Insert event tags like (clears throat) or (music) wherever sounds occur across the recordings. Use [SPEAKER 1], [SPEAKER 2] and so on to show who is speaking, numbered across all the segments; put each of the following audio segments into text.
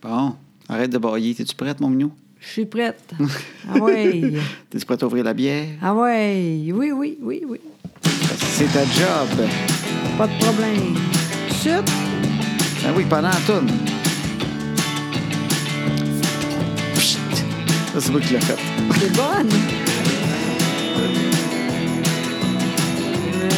[SPEAKER 1] Bon, arrête de bailler. T'es-tu prête, mon minou?
[SPEAKER 2] Je suis prête. Ah ouais.
[SPEAKER 1] T'es-tu prête à ouvrir la bière?
[SPEAKER 2] Ah ouais. Oui, oui, oui, oui.
[SPEAKER 1] C'est ta job.
[SPEAKER 2] Pas de problème. Sup?
[SPEAKER 1] Ben oui, pendant la tourne. Pchit! Ça, c'est moi qui l'ai fait. (laughs)
[SPEAKER 2] C'est bonne. Euh,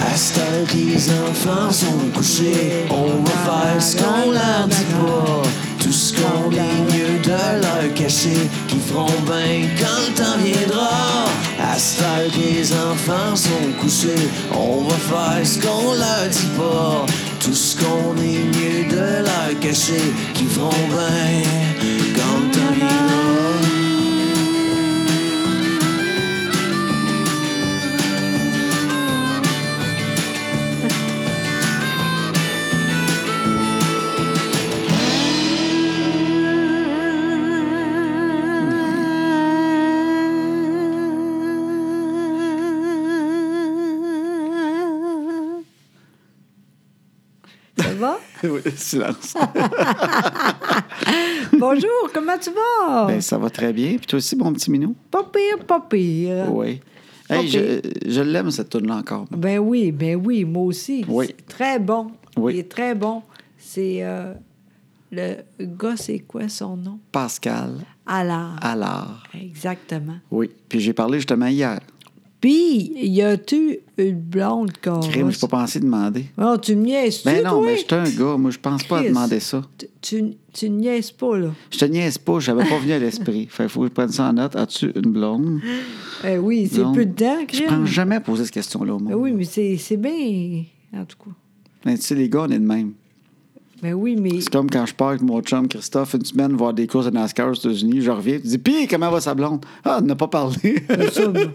[SPEAKER 3] À ce temps que les enfants sont couchés, on va faire ce qu'on leur dit pas. Tout ce qu'on est mieux de leur cacher, qui feront bien quand le temps viendra. À ce temps que les enfants sont couchés, on va faire ce qu'on leur dit pas. Tout ce qu'on est mieux de leur cacher, qui feront bien quand le temps viendra.
[SPEAKER 2] Ça va?
[SPEAKER 1] oui, silence.
[SPEAKER 2] Ah Bonjour, comment tu vas?
[SPEAKER 1] ben, ça va très bien. Puis toi aussi, mon petit minou?
[SPEAKER 2] Pas pire, pas pire.
[SPEAKER 1] Oui. Hey,
[SPEAKER 2] Ah. Ok.
[SPEAKER 1] je, je l'aime, cette tourne-là encore.
[SPEAKER 2] Ben oui, ben oui, moi aussi.
[SPEAKER 1] Oui.
[SPEAKER 2] C'est très bon.
[SPEAKER 1] Oui.
[SPEAKER 2] Il est très bon. C'est euh, le gars, c'est quoi son nom?
[SPEAKER 1] Pascal
[SPEAKER 2] Allard.
[SPEAKER 1] Ah. Allard.
[SPEAKER 2] Exactement.
[SPEAKER 1] Oui. Puis j'ai parlé justement hier.
[SPEAKER 2] Puis, y a-tu une blonde qu'on.
[SPEAKER 1] Crime, je pas pensé demander.
[SPEAKER 2] Non, Oh, tu me niaises-tu,
[SPEAKER 1] Ben non,
[SPEAKER 2] toi?
[SPEAKER 1] mais j'étais un gars. Moi, je pense pas à
[SPEAKER 2] Chris.
[SPEAKER 1] demander ça.
[SPEAKER 2] Tu- Tu, tu niaises pas, là.
[SPEAKER 1] Je te niaise pas, j'avais pas venu à l'esprit. Fait que faut que je prenne ça en note. As-tu une blonde?
[SPEAKER 2] Eh oui, c'est
[SPEAKER 1] Non.
[SPEAKER 2] peu de temps,
[SPEAKER 1] Je pense
[SPEAKER 2] Crime.
[SPEAKER 1] jamais poser cette question-là au monde.
[SPEAKER 2] Ben oui, mais c'est c'est bien, en tout cas.
[SPEAKER 1] Ben, tu sais, les gars, on est de même.
[SPEAKER 2] Ben oui, mais.
[SPEAKER 1] C'est comme quand je pars avec mon chum Christophe une semaine voir des courses de NASCAR aux États-Unis. Je reviens, tu dis, pis comment va sa blonde? Ah, on n'a pas parlé. (laughs)
[SPEAKER 2] Ça, ben,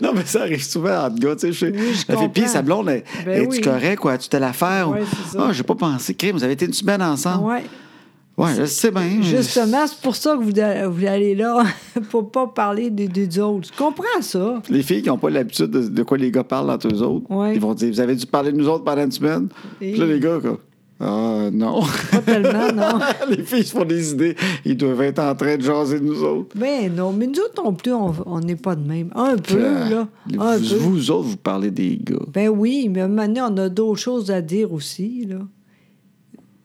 [SPEAKER 1] non, mais ça arrive souvent entre gars, tu sais. Je,
[SPEAKER 2] Oui, je
[SPEAKER 1] Elle fait, pis
[SPEAKER 2] comprends.
[SPEAKER 1] sa blonde, est-
[SPEAKER 2] Ben
[SPEAKER 1] es-tu
[SPEAKER 2] oui.
[SPEAKER 1] correct, quoi? Tu t'es l'affaire?
[SPEAKER 2] Ouais, c'est ça.
[SPEAKER 1] ah, j'ai pas pensé. Crime, vous avez été une semaine ensemble.
[SPEAKER 2] ouais.
[SPEAKER 1] Ouais, je sais bien.
[SPEAKER 2] Justement, c'est pour ça que vous, a- vous allez là, (laughs) pour pas parler des, des autres. Je comprends ça.
[SPEAKER 1] Les filles qui n'ont pas l'habitude de, de quoi les gars parlent entre eux autres,
[SPEAKER 2] Ouais.
[SPEAKER 1] ils vont dire Vous avez dû parler de nous autres pendant une semaine
[SPEAKER 2] Et-
[SPEAKER 1] Puis là, les gars, quoi. Ah, non. (laughs)
[SPEAKER 2] Pas tellement, non.
[SPEAKER 1] les filles se font des idées. Ils doivent être en train de jaser de nous autres.
[SPEAKER 2] Ben non, mais nous autres non plus, on on n'est pas de même. Un peu, là.
[SPEAKER 1] Puis,
[SPEAKER 2] Un
[SPEAKER 1] Ben, Euh, vous,
[SPEAKER 2] peu.
[SPEAKER 1] vous autres, vous parlez des gars.
[SPEAKER 2] Ben oui, mais maintenant, on a d'autres choses à dire aussi, là.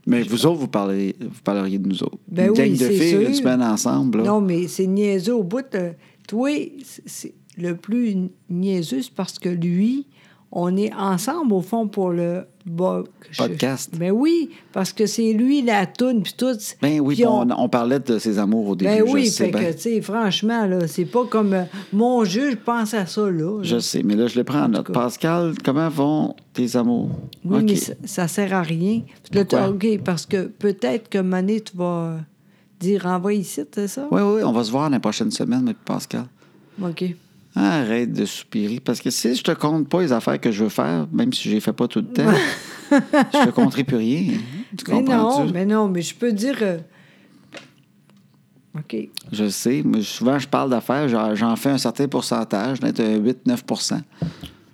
[SPEAKER 1] Mais vous autres, vous, parlez, vous parleriez de nous autres.
[SPEAKER 2] Ben
[SPEAKER 1] une
[SPEAKER 2] oui,
[SPEAKER 1] gang de
[SPEAKER 2] c'est
[SPEAKER 1] filles,
[SPEAKER 2] sûr.
[SPEAKER 1] une semaine ensemble. là.
[SPEAKER 2] Non, mais c'est niaiseux au bout. de- Toi, c'est- c'est le plus ni- niaiseux, c'est parce que lui, on est ensemble, au fond, pour le bo- je-
[SPEAKER 1] Podcast.
[SPEAKER 2] Ben oui, parce que c'est lui la toune, puis tout.
[SPEAKER 1] Ben oui,
[SPEAKER 2] puis
[SPEAKER 1] puis on... on parlait de ses amours au début.
[SPEAKER 2] Ben
[SPEAKER 1] je
[SPEAKER 2] oui,
[SPEAKER 1] sais
[SPEAKER 2] fait
[SPEAKER 1] bien.
[SPEAKER 2] que, tu sais, franchement, là, c'est pas comme euh, mon Dieu, je pense à ça, là.
[SPEAKER 1] Je
[SPEAKER 2] là.
[SPEAKER 1] sais, mais là, je les prends en
[SPEAKER 2] tout
[SPEAKER 1] note.
[SPEAKER 2] cas.
[SPEAKER 1] Pascal, comment vont tes amours?
[SPEAKER 2] Oui,
[SPEAKER 1] OK.
[SPEAKER 2] mais ça, ça sert à rien. Puis là, tu-
[SPEAKER 1] Pourquoi?
[SPEAKER 2] OK, parce que peut-être que Mané, tu vas euh, dire envoie ici, c'est ça?
[SPEAKER 1] Oui, oui, on va se voir dans la prochaine semaine, avec Pascal.
[SPEAKER 2] OK.
[SPEAKER 1] Arrête de soupirer. Parce que si je te compte pas les affaires que je veux faire, même si je les fais pas tout le
[SPEAKER 2] (laughs)
[SPEAKER 1] temps, je te compterai plus rien. Tu
[SPEAKER 2] Mais non,
[SPEAKER 1] comprends-tu?
[SPEAKER 2] mais non, mais je peux dire. euh, OK.
[SPEAKER 1] Je sais. Moi, souvent, je parle d'affaires, j'en- j'en fais un certain pourcentage, euh, peut-être un 8-9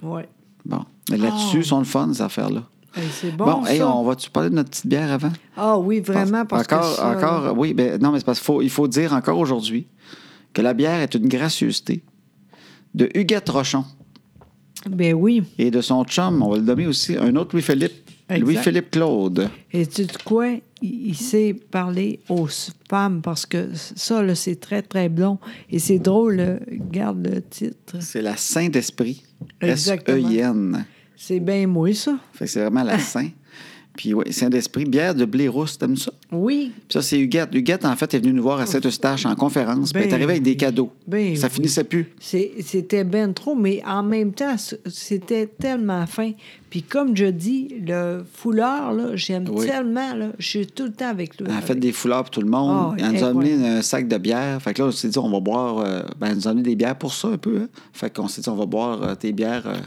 [SPEAKER 2] Ouais.
[SPEAKER 1] Bon. Mais là-dessus,
[SPEAKER 2] Ah.
[SPEAKER 1] sont le fun, ces affaires-là.
[SPEAKER 2] Hey, c'est bon.
[SPEAKER 1] Bon, hey,
[SPEAKER 2] ça.
[SPEAKER 1] on va-tu parler de notre petite bière avant?
[SPEAKER 2] Ah oui, vraiment, parce
[SPEAKER 1] encore,
[SPEAKER 2] que. ça, là,
[SPEAKER 1] Encore, oui, ben, non, mais c'est parce qu'il faut, il faut dire encore aujourd'hui que la bière est une gracieuseté de Huguette Rochon.
[SPEAKER 2] Ben oui.
[SPEAKER 1] et de son chum, on va le nommer aussi, un autre Louis-Philippe,
[SPEAKER 2] Exact.
[SPEAKER 1] Louis-Philippe Claude.
[SPEAKER 2] Et tu sais quoi? Il, il sait parler aux femmes parce que ça, là, c'est très, très blond. Et c'est drôle, euh, garde le titre.
[SPEAKER 1] C'est la Saint-Esprit.
[SPEAKER 2] Exactement.
[SPEAKER 1] S-E-I-N.
[SPEAKER 2] C'est bien moi, ça.
[SPEAKER 1] Fait que c'est vraiment la Saint. Puis oui, Saint-Esprit, bière de blé rousse, t'aimes ça?
[SPEAKER 2] Oui.
[SPEAKER 1] Puis ça, c'est Huguette. Huguette, en fait, est venue nous voir à Saint-Eustache en conférence. puis elle est
[SPEAKER 2] Ben
[SPEAKER 1] arrivée avec des cadeaux.
[SPEAKER 2] ben
[SPEAKER 1] ça
[SPEAKER 2] oui.
[SPEAKER 1] finissait plus.
[SPEAKER 2] C'est- C'était ben trop, mais en même temps, c- c'était tellement fin. Puis comme je dis, le foulard, là, j'aime
[SPEAKER 1] Oui. Ah,
[SPEAKER 2] tellement, là, je suis tout le temps avec lui.
[SPEAKER 1] Elle a fait des foulards pour tout le monde.
[SPEAKER 2] Ah,
[SPEAKER 1] elle nous a
[SPEAKER 2] incroyable.
[SPEAKER 1] amené un sac de bière. Fait que là, on s'est dit, on va boire. euh, ben, elle nous a amené des bières pour ça un peu. hein. Fait qu'on s'est dit, on va boire euh, tes bières. euh,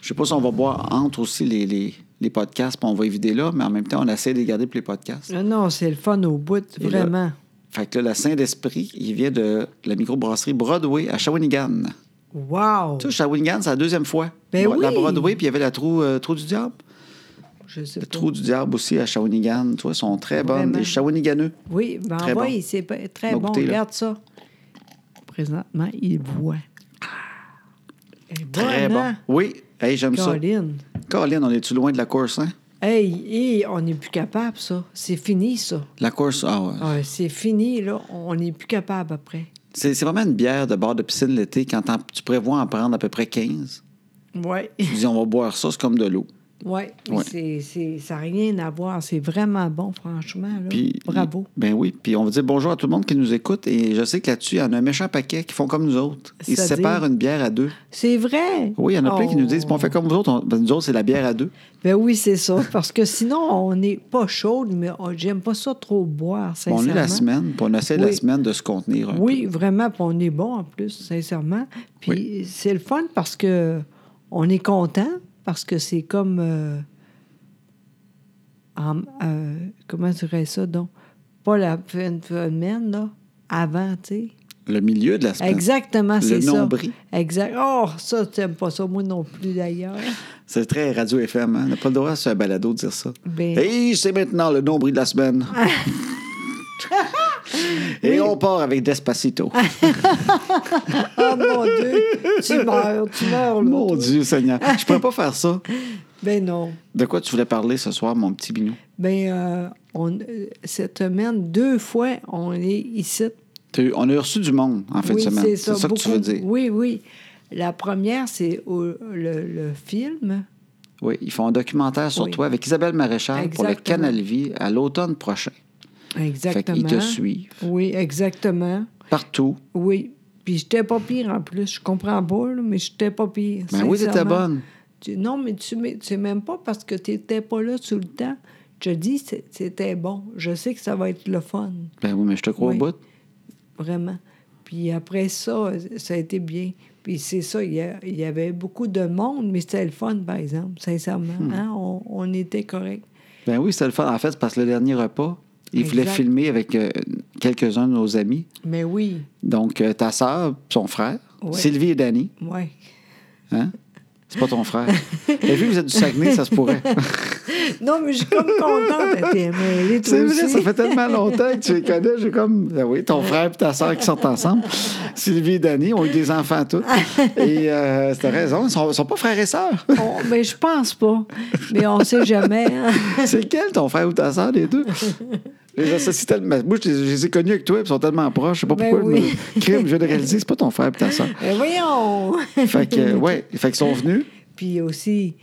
[SPEAKER 1] je sais pas si on va boire entre aussi les, les, les podcasts, puis on va éviter là, mais en même temps, on essaie de les garder pour les podcasts.
[SPEAKER 2] Ah Non, c'est le fun au bout,
[SPEAKER 1] Et là-
[SPEAKER 2] vraiment.
[SPEAKER 1] Fait que là, le Saint-Esprit, il vient de la microbrasserie Broadway à Shawinigan.
[SPEAKER 2] Wow!
[SPEAKER 1] Tu sais, Shawinigan, c'est la deuxième fois.
[SPEAKER 2] Ben
[SPEAKER 1] Ouais, La
[SPEAKER 2] oui.
[SPEAKER 1] Broadway, puis il y avait la trou, euh, Trou du Diable.
[SPEAKER 2] Je sais
[SPEAKER 1] Le
[SPEAKER 2] pas.
[SPEAKER 1] Trou du Diable aussi à Shawinigan. Tu vois, sont très bonnes.
[SPEAKER 2] Vraiment.
[SPEAKER 1] Les Shawiniganeux.
[SPEAKER 2] Oui, ben
[SPEAKER 1] Très
[SPEAKER 2] oui,
[SPEAKER 1] bon.
[SPEAKER 2] c'est pas- très
[SPEAKER 1] M'a
[SPEAKER 2] bon.
[SPEAKER 1] goûté, là.
[SPEAKER 2] Regarde ça. Présentement, il voit. Elle est
[SPEAKER 1] Très
[SPEAKER 2] bonne,
[SPEAKER 1] bon.
[SPEAKER 2] hein?
[SPEAKER 1] Oui. Hey, j'aime ça.
[SPEAKER 2] Caroline.
[SPEAKER 1] Colin, on est-tu loin de la course, hein?
[SPEAKER 2] Hey, hey, on n'est plus capable, ça. C'est fini, ça.
[SPEAKER 1] La course, ah ouais.
[SPEAKER 2] Ah, c'est fini, là. On n'est plus capable après.
[SPEAKER 1] C'est c'est vraiment une bière de bord de piscine l'été quand t'en- tu prévois en prendre à peu près 15.
[SPEAKER 2] Ouais.
[SPEAKER 1] Tu dis, on va boire ça, c'est comme de l'eau.
[SPEAKER 2] (laughs) Ouais.
[SPEAKER 1] Ouais.
[SPEAKER 2] C'est, c'est- ça n'a rien à voir. C'est vraiment bon, franchement. Là.
[SPEAKER 1] Puis,
[SPEAKER 2] Bravo.
[SPEAKER 1] Ben oui. Puis on va dire bonjour à tout le monde qui nous écoute. Et je sais que là-dessus, il y en a un méchant paquet qui font comme nous autres. Ils se
[SPEAKER 2] C'est-à-dire?
[SPEAKER 1] séparent une bière à deux.
[SPEAKER 2] C'est vrai.
[SPEAKER 1] Oui, il y en a plein qui nous disent,
[SPEAKER 2] Oh.
[SPEAKER 1] bon, on fait comme vous autres. On- ben, nous autres, c'est la bière à deux.
[SPEAKER 2] Ben oui, c'est ça. Parce que sinon, on n'est pas chaude, mais on- j'aime pas ça trop boire,
[SPEAKER 1] Bon,
[SPEAKER 2] sincèrement.
[SPEAKER 1] on est la semaine, puis on essaie la
[SPEAKER 2] Oui.
[SPEAKER 1] semaine de se contenir euh, un
[SPEAKER 2] Oui, vraiment, puis on est bon en plus, sincèrement. Puis c'est le fun parce que on est content, parce que c'est comme. euh, en- euh, comment tu dirais ça, donc? Pas la fin de semaine, là, avant, tu sais.
[SPEAKER 1] peu. Le milieu de la semaine.
[SPEAKER 2] Exactement,
[SPEAKER 1] Le
[SPEAKER 2] c'est ça.
[SPEAKER 1] nombril.
[SPEAKER 2] Exact. Oh, ça, tu n'aimes pas ça, moi non plus d'ailleurs.
[SPEAKER 1] C'est très radio FM. hein. On n'a pas le droit sur un balado de dire ça.
[SPEAKER 2] Ben-
[SPEAKER 1] Et c'est maintenant le nombril de la
[SPEAKER 2] (laughs)
[SPEAKER 1] semaine. Et on part avec Despacito.
[SPEAKER 2] Ah, Oh mon Dieu, tu meurs, tu meurs, là.
[SPEAKER 1] Mon Dieu
[SPEAKER 2] (laughs)
[SPEAKER 1] Seigneur, je pourrais pas faire ça.
[SPEAKER 2] Ben non.
[SPEAKER 1] De quoi tu voulais parler ce soir, mon petit Binou?
[SPEAKER 2] Ben, euh, on, euh, cette semaine, deux fois, on est ici
[SPEAKER 1] T'as eu- On a reçu du monde en fin de
[SPEAKER 2] Oui,
[SPEAKER 1] semaine.
[SPEAKER 2] c'est
[SPEAKER 1] C'est
[SPEAKER 2] ça,
[SPEAKER 1] ça, que tu veux
[SPEAKER 2] beaucoup.
[SPEAKER 1] dire.
[SPEAKER 2] Oui, oui. La première, c'est au- le, le film.
[SPEAKER 1] Oui, ils font un documentaire sur
[SPEAKER 2] Oui.
[SPEAKER 1] toi avec Isabelle Maréchal pour le
[SPEAKER 2] Exactement.
[SPEAKER 1] Canal Vie à l'automne prochain.
[SPEAKER 2] Exactement.
[SPEAKER 1] Fait qu'ils te suivent.
[SPEAKER 2] Oui, exactement.
[SPEAKER 1] Partout.
[SPEAKER 2] Oui. Puis j'étais pas pire en plus. Je comprends pas, là, mais j'étais pas pire.
[SPEAKER 1] Ben oui, t'étais
[SPEAKER 2] sincèrement.
[SPEAKER 1] bonne.
[SPEAKER 2] Tu- non, mais tu mets- tu sais même pas parce que t'étais pas là tout le temps. Je te dis, c'est- c'était bon. Je sais que ça va être le fun,
[SPEAKER 1] Ben oui, mais je te crois
[SPEAKER 2] Oui.
[SPEAKER 1] au bout.
[SPEAKER 2] vraiment. Puis après ça, ça a été bien. Puis c'est ça, il y, a- il y avait beaucoup de monde, mais c'était le fun, par exemple, sincèrement.
[SPEAKER 1] Hmm.
[SPEAKER 2] hein, on- on était correct.
[SPEAKER 1] Ben oui, c'était le fun. En fait, c'est parce que le dernier repas, ils voulaient
[SPEAKER 2] Exact.
[SPEAKER 1] filmer avec euh, quelques-uns de nos amis.
[SPEAKER 2] Mais oui,
[SPEAKER 1] Donc, euh, ta sœur, son frère,
[SPEAKER 2] Ouais.
[SPEAKER 1] Sylvie et Danny.
[SPEAKER 2] oui.
[SPEAKER 1] Hein? C'est pas ton
[SPEAKER 2] (laughs)
[SPEAKER 1] frère. Et vu que vous êtes du Saguenay, ça se pourrait.
[SPEAKER 2] Non, mais je suis comme contente d'être aimée.
[SPEAKER 1] (laughs) (laughs) C'est vrai, ça fait tellement longtemps que tu les connais. J'ai comme, ben oui, ton frère et ta sœur qui sortent ensemble. Sylvie et Danny ont eu des enfants
[SPEAKER 2] (laughs)
[SPEAKER 1] tous. Et euh, t'as raison, ils sont, sont pas frères et
[SPEAKER 2] (laughs)
[SPEAKER 1] sœurs.
[SPEAKER 2] mais ben, je pense pas. Mais on sait jamais. hein.
[SPEAKER 1] (laughs) C'est lequel, ton frère ou ta sœur, les deux? Je Les associe tellement. ben, Moi, je les, je les ai connus avec toi, puis ils sont tellement proches. Je sais pas
[SPEAKER 2] Ben
[SPEAKER 1] pourquoi.
[SPEAKER 2] oui.
[SPEAKER 1] je me- Crime, je viens de réaliser, c'est pas ton frère et ta
[SPEAKER 2] (laughs)
[SPEAKER 1] sœur.
[SPEAKER 2] Mais Ben, voyons!
[SPEAKER 1] Fait que, euh, ouais, fait qu'ils sont venus,
[SPEAKER 2] Puis aussi,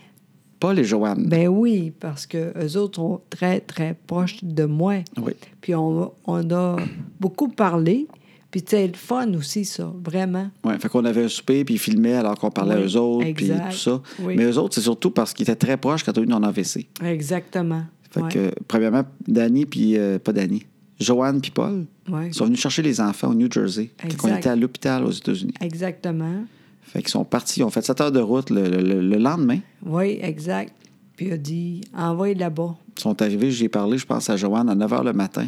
[SPEAKER 1] Paul et Joanne.
[SPEAKER 2] ben oui, parce que eux autres sont très, très proches de moi.
[SPEAKER 1] Oui.
[SPEAKER 2] Puis on, on a beaucoup parlé. Puis c'est le fun aussi, ça, vraiment.
[SPEAKER 1] Ouais, fait qu'on avait un souper, puis ils filmaient alors qu'on parlait
[SPEAKER 2] Oui,
[SPEAKER 1] à eux autres, puis
[SPEAKER 2] exact.
[SPEAKER 1] tout ça.
[SPEAKER 2] Oui.
[SPEAKER 1] Mais eux autres, c'est surtout parce qu'ils étaient très proches quand on a eu ton AVC.
[SPEAKER 2] Exactement.
[SPEAKER 1] Fait
[SPEAKER 2] Ouais.
[SPEAKER 1] que, premièrement, Danny, puis euh, pas Danny, Joanne, puis Paul,
[SPEAKER 2] Ouais.
[SPEAKER 1] ils sont venus chercher les enfants au New Jersey, quand on
[SPEAKER 2] Exact.
[SPEAKER 1] était à l'hôpital aux États-Unis.
[SPEAKER 2] Exactement.
[SPEAKER 1] Fait qu'ils sont partis, ils ont fait 7 heures de route le, le- le- le lendemain.
[SPEAKER 2] Oui, exact. Puis il a dit, envoie là-bas.
[SPEAKER 1] Ils sont arrivés, j'ai parlé, je pense, à Joanne à 9 h le matin.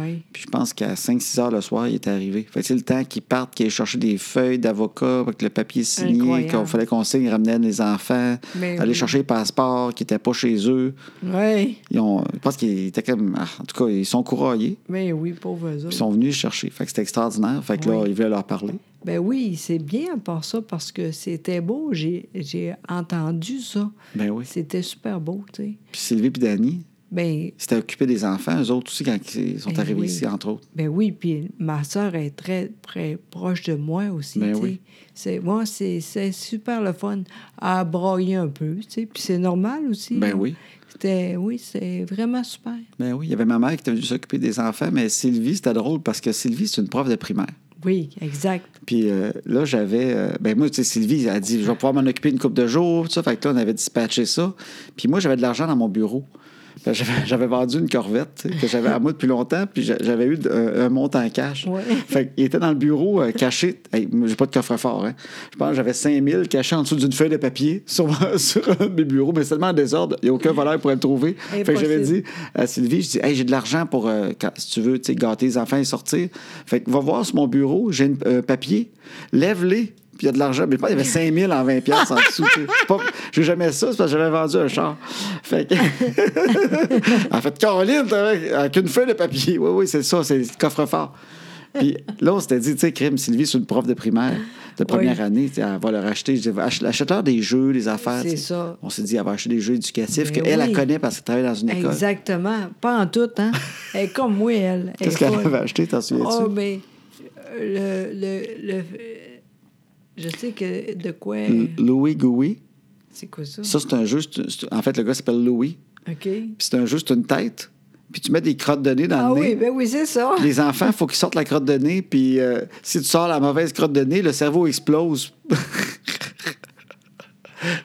[SPEAKER 2] Oui.
[SPEAKER 1] Puis je pense qu'à 5-6 heures le soir, il était arrivé. Fait que c'est le temps qu'ils partent, qu'ils aient cherché des feuilles d'avocat, avec le papier signé,
[SPEAKER 2] Incroyable.
[SPEAKER 1] qu'il fallait qu'on signe, ramener les enfants,
[SPEAKER 2] Mais
[SPEAKER 1] aller
[SPEAKER 2] oui.
[SPEAKER 1] chercher les passeports qui n'étaient pas chez eux.
[SPEAKER 2] Oui.
[SPEAKER 1] Ils ont, je pense qu'ils étaient comme. ah, En tout cas, ils sont couraillés.
[SPEAKER 2] Mais Ben oui, pauvre eux autres.
[SPEAKER 1] Ils sont venus chercher. Fait que c'était extraordinaire. Fait que là,
[SPEAKER 2] Oui.
[SPEAKER 1] ils voulaient leur parler.
[SPEAKER 2] Ben oui, c'est bien à part ça parce que c'était beau. J'ai j'ai entendu ça.
[SPEAKER 1] Ben oui.
[SPEAKER 2] C'était super beau, tu sais.
[SPEAKER 1] Puis Sylvie puis Danny,
[SPEAKER 2] Ben,
[SPEAKER 1] ils s'étaient occupés des enfants, eux autres aussi, quand ils sont
[SPEAKER 2] Ben
[SPEAKER 1] arrivés
[SPEAKER 2] oui.
[SPEAKER 1] ici, entre autres.
[SPEAKER 2] ben oui, puis ma soeur est très, très proche de moi aussi,
[SPEAKER 1] Ben
[SPEAKER 2] tu sais.
[SPEAKER 1] oui.
[SPEAKER 2] C'est- Moi, c'est c'est super le fun à broyer un peu, tu sais. Puis c'est normal aussi.
[SPEAKER 1] Ben
[SPEAKER 2] là.
[SPEAKER 1] oui.
[SPEAKER 2] C'était, oui, c'est vraiment super.
[SPEAKER 1] Ben oui. Il y avait ma mère qui était venue s'occuper des enfants, mais Sylvie, c'était drôle parce que Sylvie, c'est une prof de primaire.
[SPEAKER 2] Oui, exact.
[SPEAKER 1] Puis euh, là, j'avais. euh, ben moi, tu sais, Sylvie, elle dit Je vais pouvoir m'en occuper une couple de jours, tout ça. Fait que là, on avait dispatché ça. Puis moi, j'avais de l'argent dans mon bureau. Fait que J'avais (laughs) j'avais vendu une corvette tu sais, que j'avais à moi depuis longtemps, puis j'a- j'avais eu de- euh, un, un montant cash.
[SPEAKER 2] Ouais.
[SPEAKER 1] Fait qu'il était dans le bureau euh, caché. Hey, moi, J'ai pas de coffre-fort. Hein. Je pense que j'avais 5000 caché en dessous d'une feuille de papier sur, (laughs) sur un de mes bureaux, mais c'est tellement en désordre. Il n'y a aucun voleur pour le trouver. Fait que j'avais
[SPEAKER 2] Impossible.
[SPEAKER 1] dit à Sylvie, je dis Hey, j'ai de l'argent pour, euh, quand- si tu veux, tu sais, gâter les enfants et sortir. Fait que va voir sur mon bureau, j'ai une- un papier, euh, lève-les. puis il y a de l'argent. Mais pas, il y avait 5 000 en 20
[SPEAKER 2] (laughs)
[SPEAKER 1] piastres en dessous. tu sais. C'est pas- J'ai jamais ça, c'est parce que j'avais vendu un char. Fait que... (laughs) en fait, Caroline, t'avais- avec une feuille de papier. Oui, oui, c'est ça, c'est le coffre-fort. Puis là, on s'était dit, tu sais, crime, Sylvie, c'est une prof de primaire, de première
[SPEAKER 2] Oui.
[SPEAKER 1] année, tu sais, elle va leur acheter, je dis, ach- l'acheteur des jeux, des affaires.
[SPEAKER 2] C'est
[SPEAKER 1] tu sais.
[SPEAKER 2] ça.
[SPEAKER 1] On s'est dit, elle va acheter des jeux éducatifs
[SPEAKER 2] Mais
[SPEAKER 1] qu'elle, elle
[SPEAKER 2] oui.
[SPEAKER 1] connaît parce qu'elle travaille dans une école.
[SPEAKER 2] Exactement. Pas en tout,
[SPEAKER 1] (laughs)
[SPEAKER 2] hein. Elle est comme moi, elle. Elle
[SPEAKER 1] Qu'est-ce qu'elle
[SPEAKER 2] folle.
[SPEAKER 1] avait acheté, t'en souviens-tu?
[SPEAKER 2] Oh, mais euh, le, le, le- euh, Je sais que de quoi...
[SPEAKER 1] L- Louis Gouy.
[SPEAKER 2] C'est quoi ça?
[SPEAKER 1] Ça, c'est un jeu. c'est- c'est- en fait, le gars s'appelle Louis.
[SPEAKER 2] OK.
[SPEAKER 1] Puis c'est un jeu, c'est une tête. Puis tu mets des crottes de nez dans
[SPEAKER 2] Ah
[SPEAKER 1] le nez.
[SPEAKER 2] oui, ben oui,
[SPEAKER 1] (laughs)
[SPEAKER 2] c'est ça.
[SPEAKER 1] Les enfants, il faut qu'ils sortent la crotte de nez. Puis euh, si tu sors la mauvaise crotte de nez, le cerveau explose. (laughs)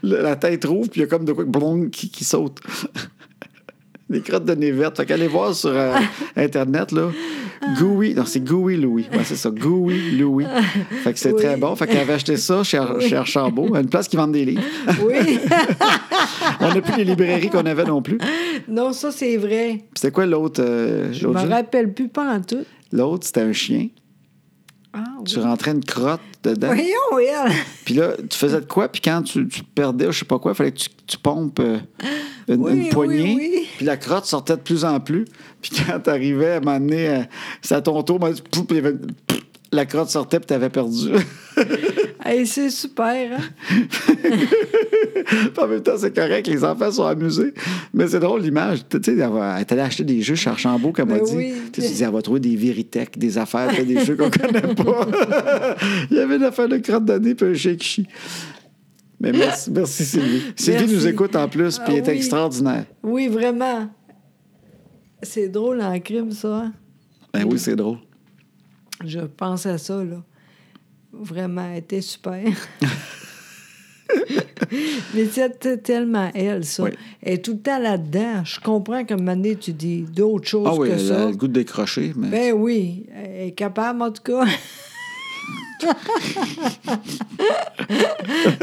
[SPEAKER 1] Le- la tête rouvre, puis il y a comme de quoi blong, qui, qui saute. (laughs) Des crottes de nez vertes. Fait qu'allez voir sur euh, Internet, là. Gooey, non, c'est Gooey Louis. Ouais, c'est ça, Gooey Louis. Fait que c'est
[SPEAKER 2] Oui.
[SPEAKER 1] très bon. Fait qu'elle avait acheté ça chez, Ar- chez Archambault, à une place qui vend des livres.
[SPEAKER 2] Oui. (laughs)
[SPEAKER 1] On n'a plus les librairies qu'on avait non plus. Puis
[SPEAKER 2] non, ça, c'est vrai.
[SPEAKER 1] C'était quoi l'autre? euh,
[SPEAKER 2] Je
[SPEAKER 1] l'autre
[SPEAKER 2] me
[SPEAKER 1] jeu?
[SPEAKER 2] rappelle plus pas en tout.
[SPEAKER 1] l'autre, c'était un chien.
[SPEAKER 2] Ah oui.
[SPEAKER 1] Tu rentrais une crotte dedans.
[SPEAKER 2] Voyons, elle.
[SPEAKER 1] Puis là, tu faisais de quoi? Puis quand tu, tu perdais, je sais pas quoi, il fallait que tu, tu pompes euh, une,
[SPEAKER 2] Oui,
[SPEAKER 1] une
[SPEAKER 2] oui,
[SPEAKER 1] poignée.
[SPEAKER 2] oui.
[SPEAKER 1] Puis la crotte sortait de plus en plus. Puis quand t'arrivais à m'amener, euh, c'est à ton tour, moi, pouf, puis il y avait- pouf, la crotte sortait, puis t'avais perdu.
[SPEAKER 2] (laughs)
[SPEAKER 1] (laughs)
[SPEAKER 2] Hey, c'est super, hein?
[SPEAKER 1] (laughs) Puis en même temps, c'est correct, les enfants sont amusés. Mais c'est drôle, l'image. Tu sais, elle, va- elle est allée acheter des jeux chez Archambault, comme
[SPEAKER 2] Ben
[SPEAKER 1] elle dit.
[SPEAKER 2] oui.
[SPEAKER 1] Tu sais, tu dis, elle va trouver des Veritech, des affaires, puis des jeux qu'on (laughs) connaît pas. (laughs) Il y avait une affaire de crotte d'année, puis un shake chi. Mais merci, merci Sylvie. Sylvie
[SPEAKER 2] Merci.
[SPEAKER 1] nous écoute en plus, puis
[SPEAKER 2] Ah
[SPEAKER 1] elle est
[SPEAKER 2] oui.
[SPEAKER 1] extraordinaire.
[SPEAKER 2] Oui, vraiment. C'est drôle en crime, ça. hein?
[SPEAKER 1] Ben oui, c'est drôle.
[SPEAKER 2] Je pense à ça, là. Vraiment, elle
[SPEAKER 1] (laughs)
[SPEAKER 2] était super. Mais c'était tellement elle, ça.
[SPEAKER 1] Oui.
[SPEAKER 2] Elle est tout le temps là-dedans. Je comprends qu'à un moment donné, tu dis d'autres choses
[SPEAKER 1] Ah oui,
[SPEAKER 2] que
[SPEAKER 1] elle
[SPEAKER 2] ça.
[SPEAKER 1] a le goût de décrocher, mais
[SPEAKER 2] Ben oui, elle est capable, en
[SPEAKER 1] (laughs)
[SPEAKER 2] tout cas.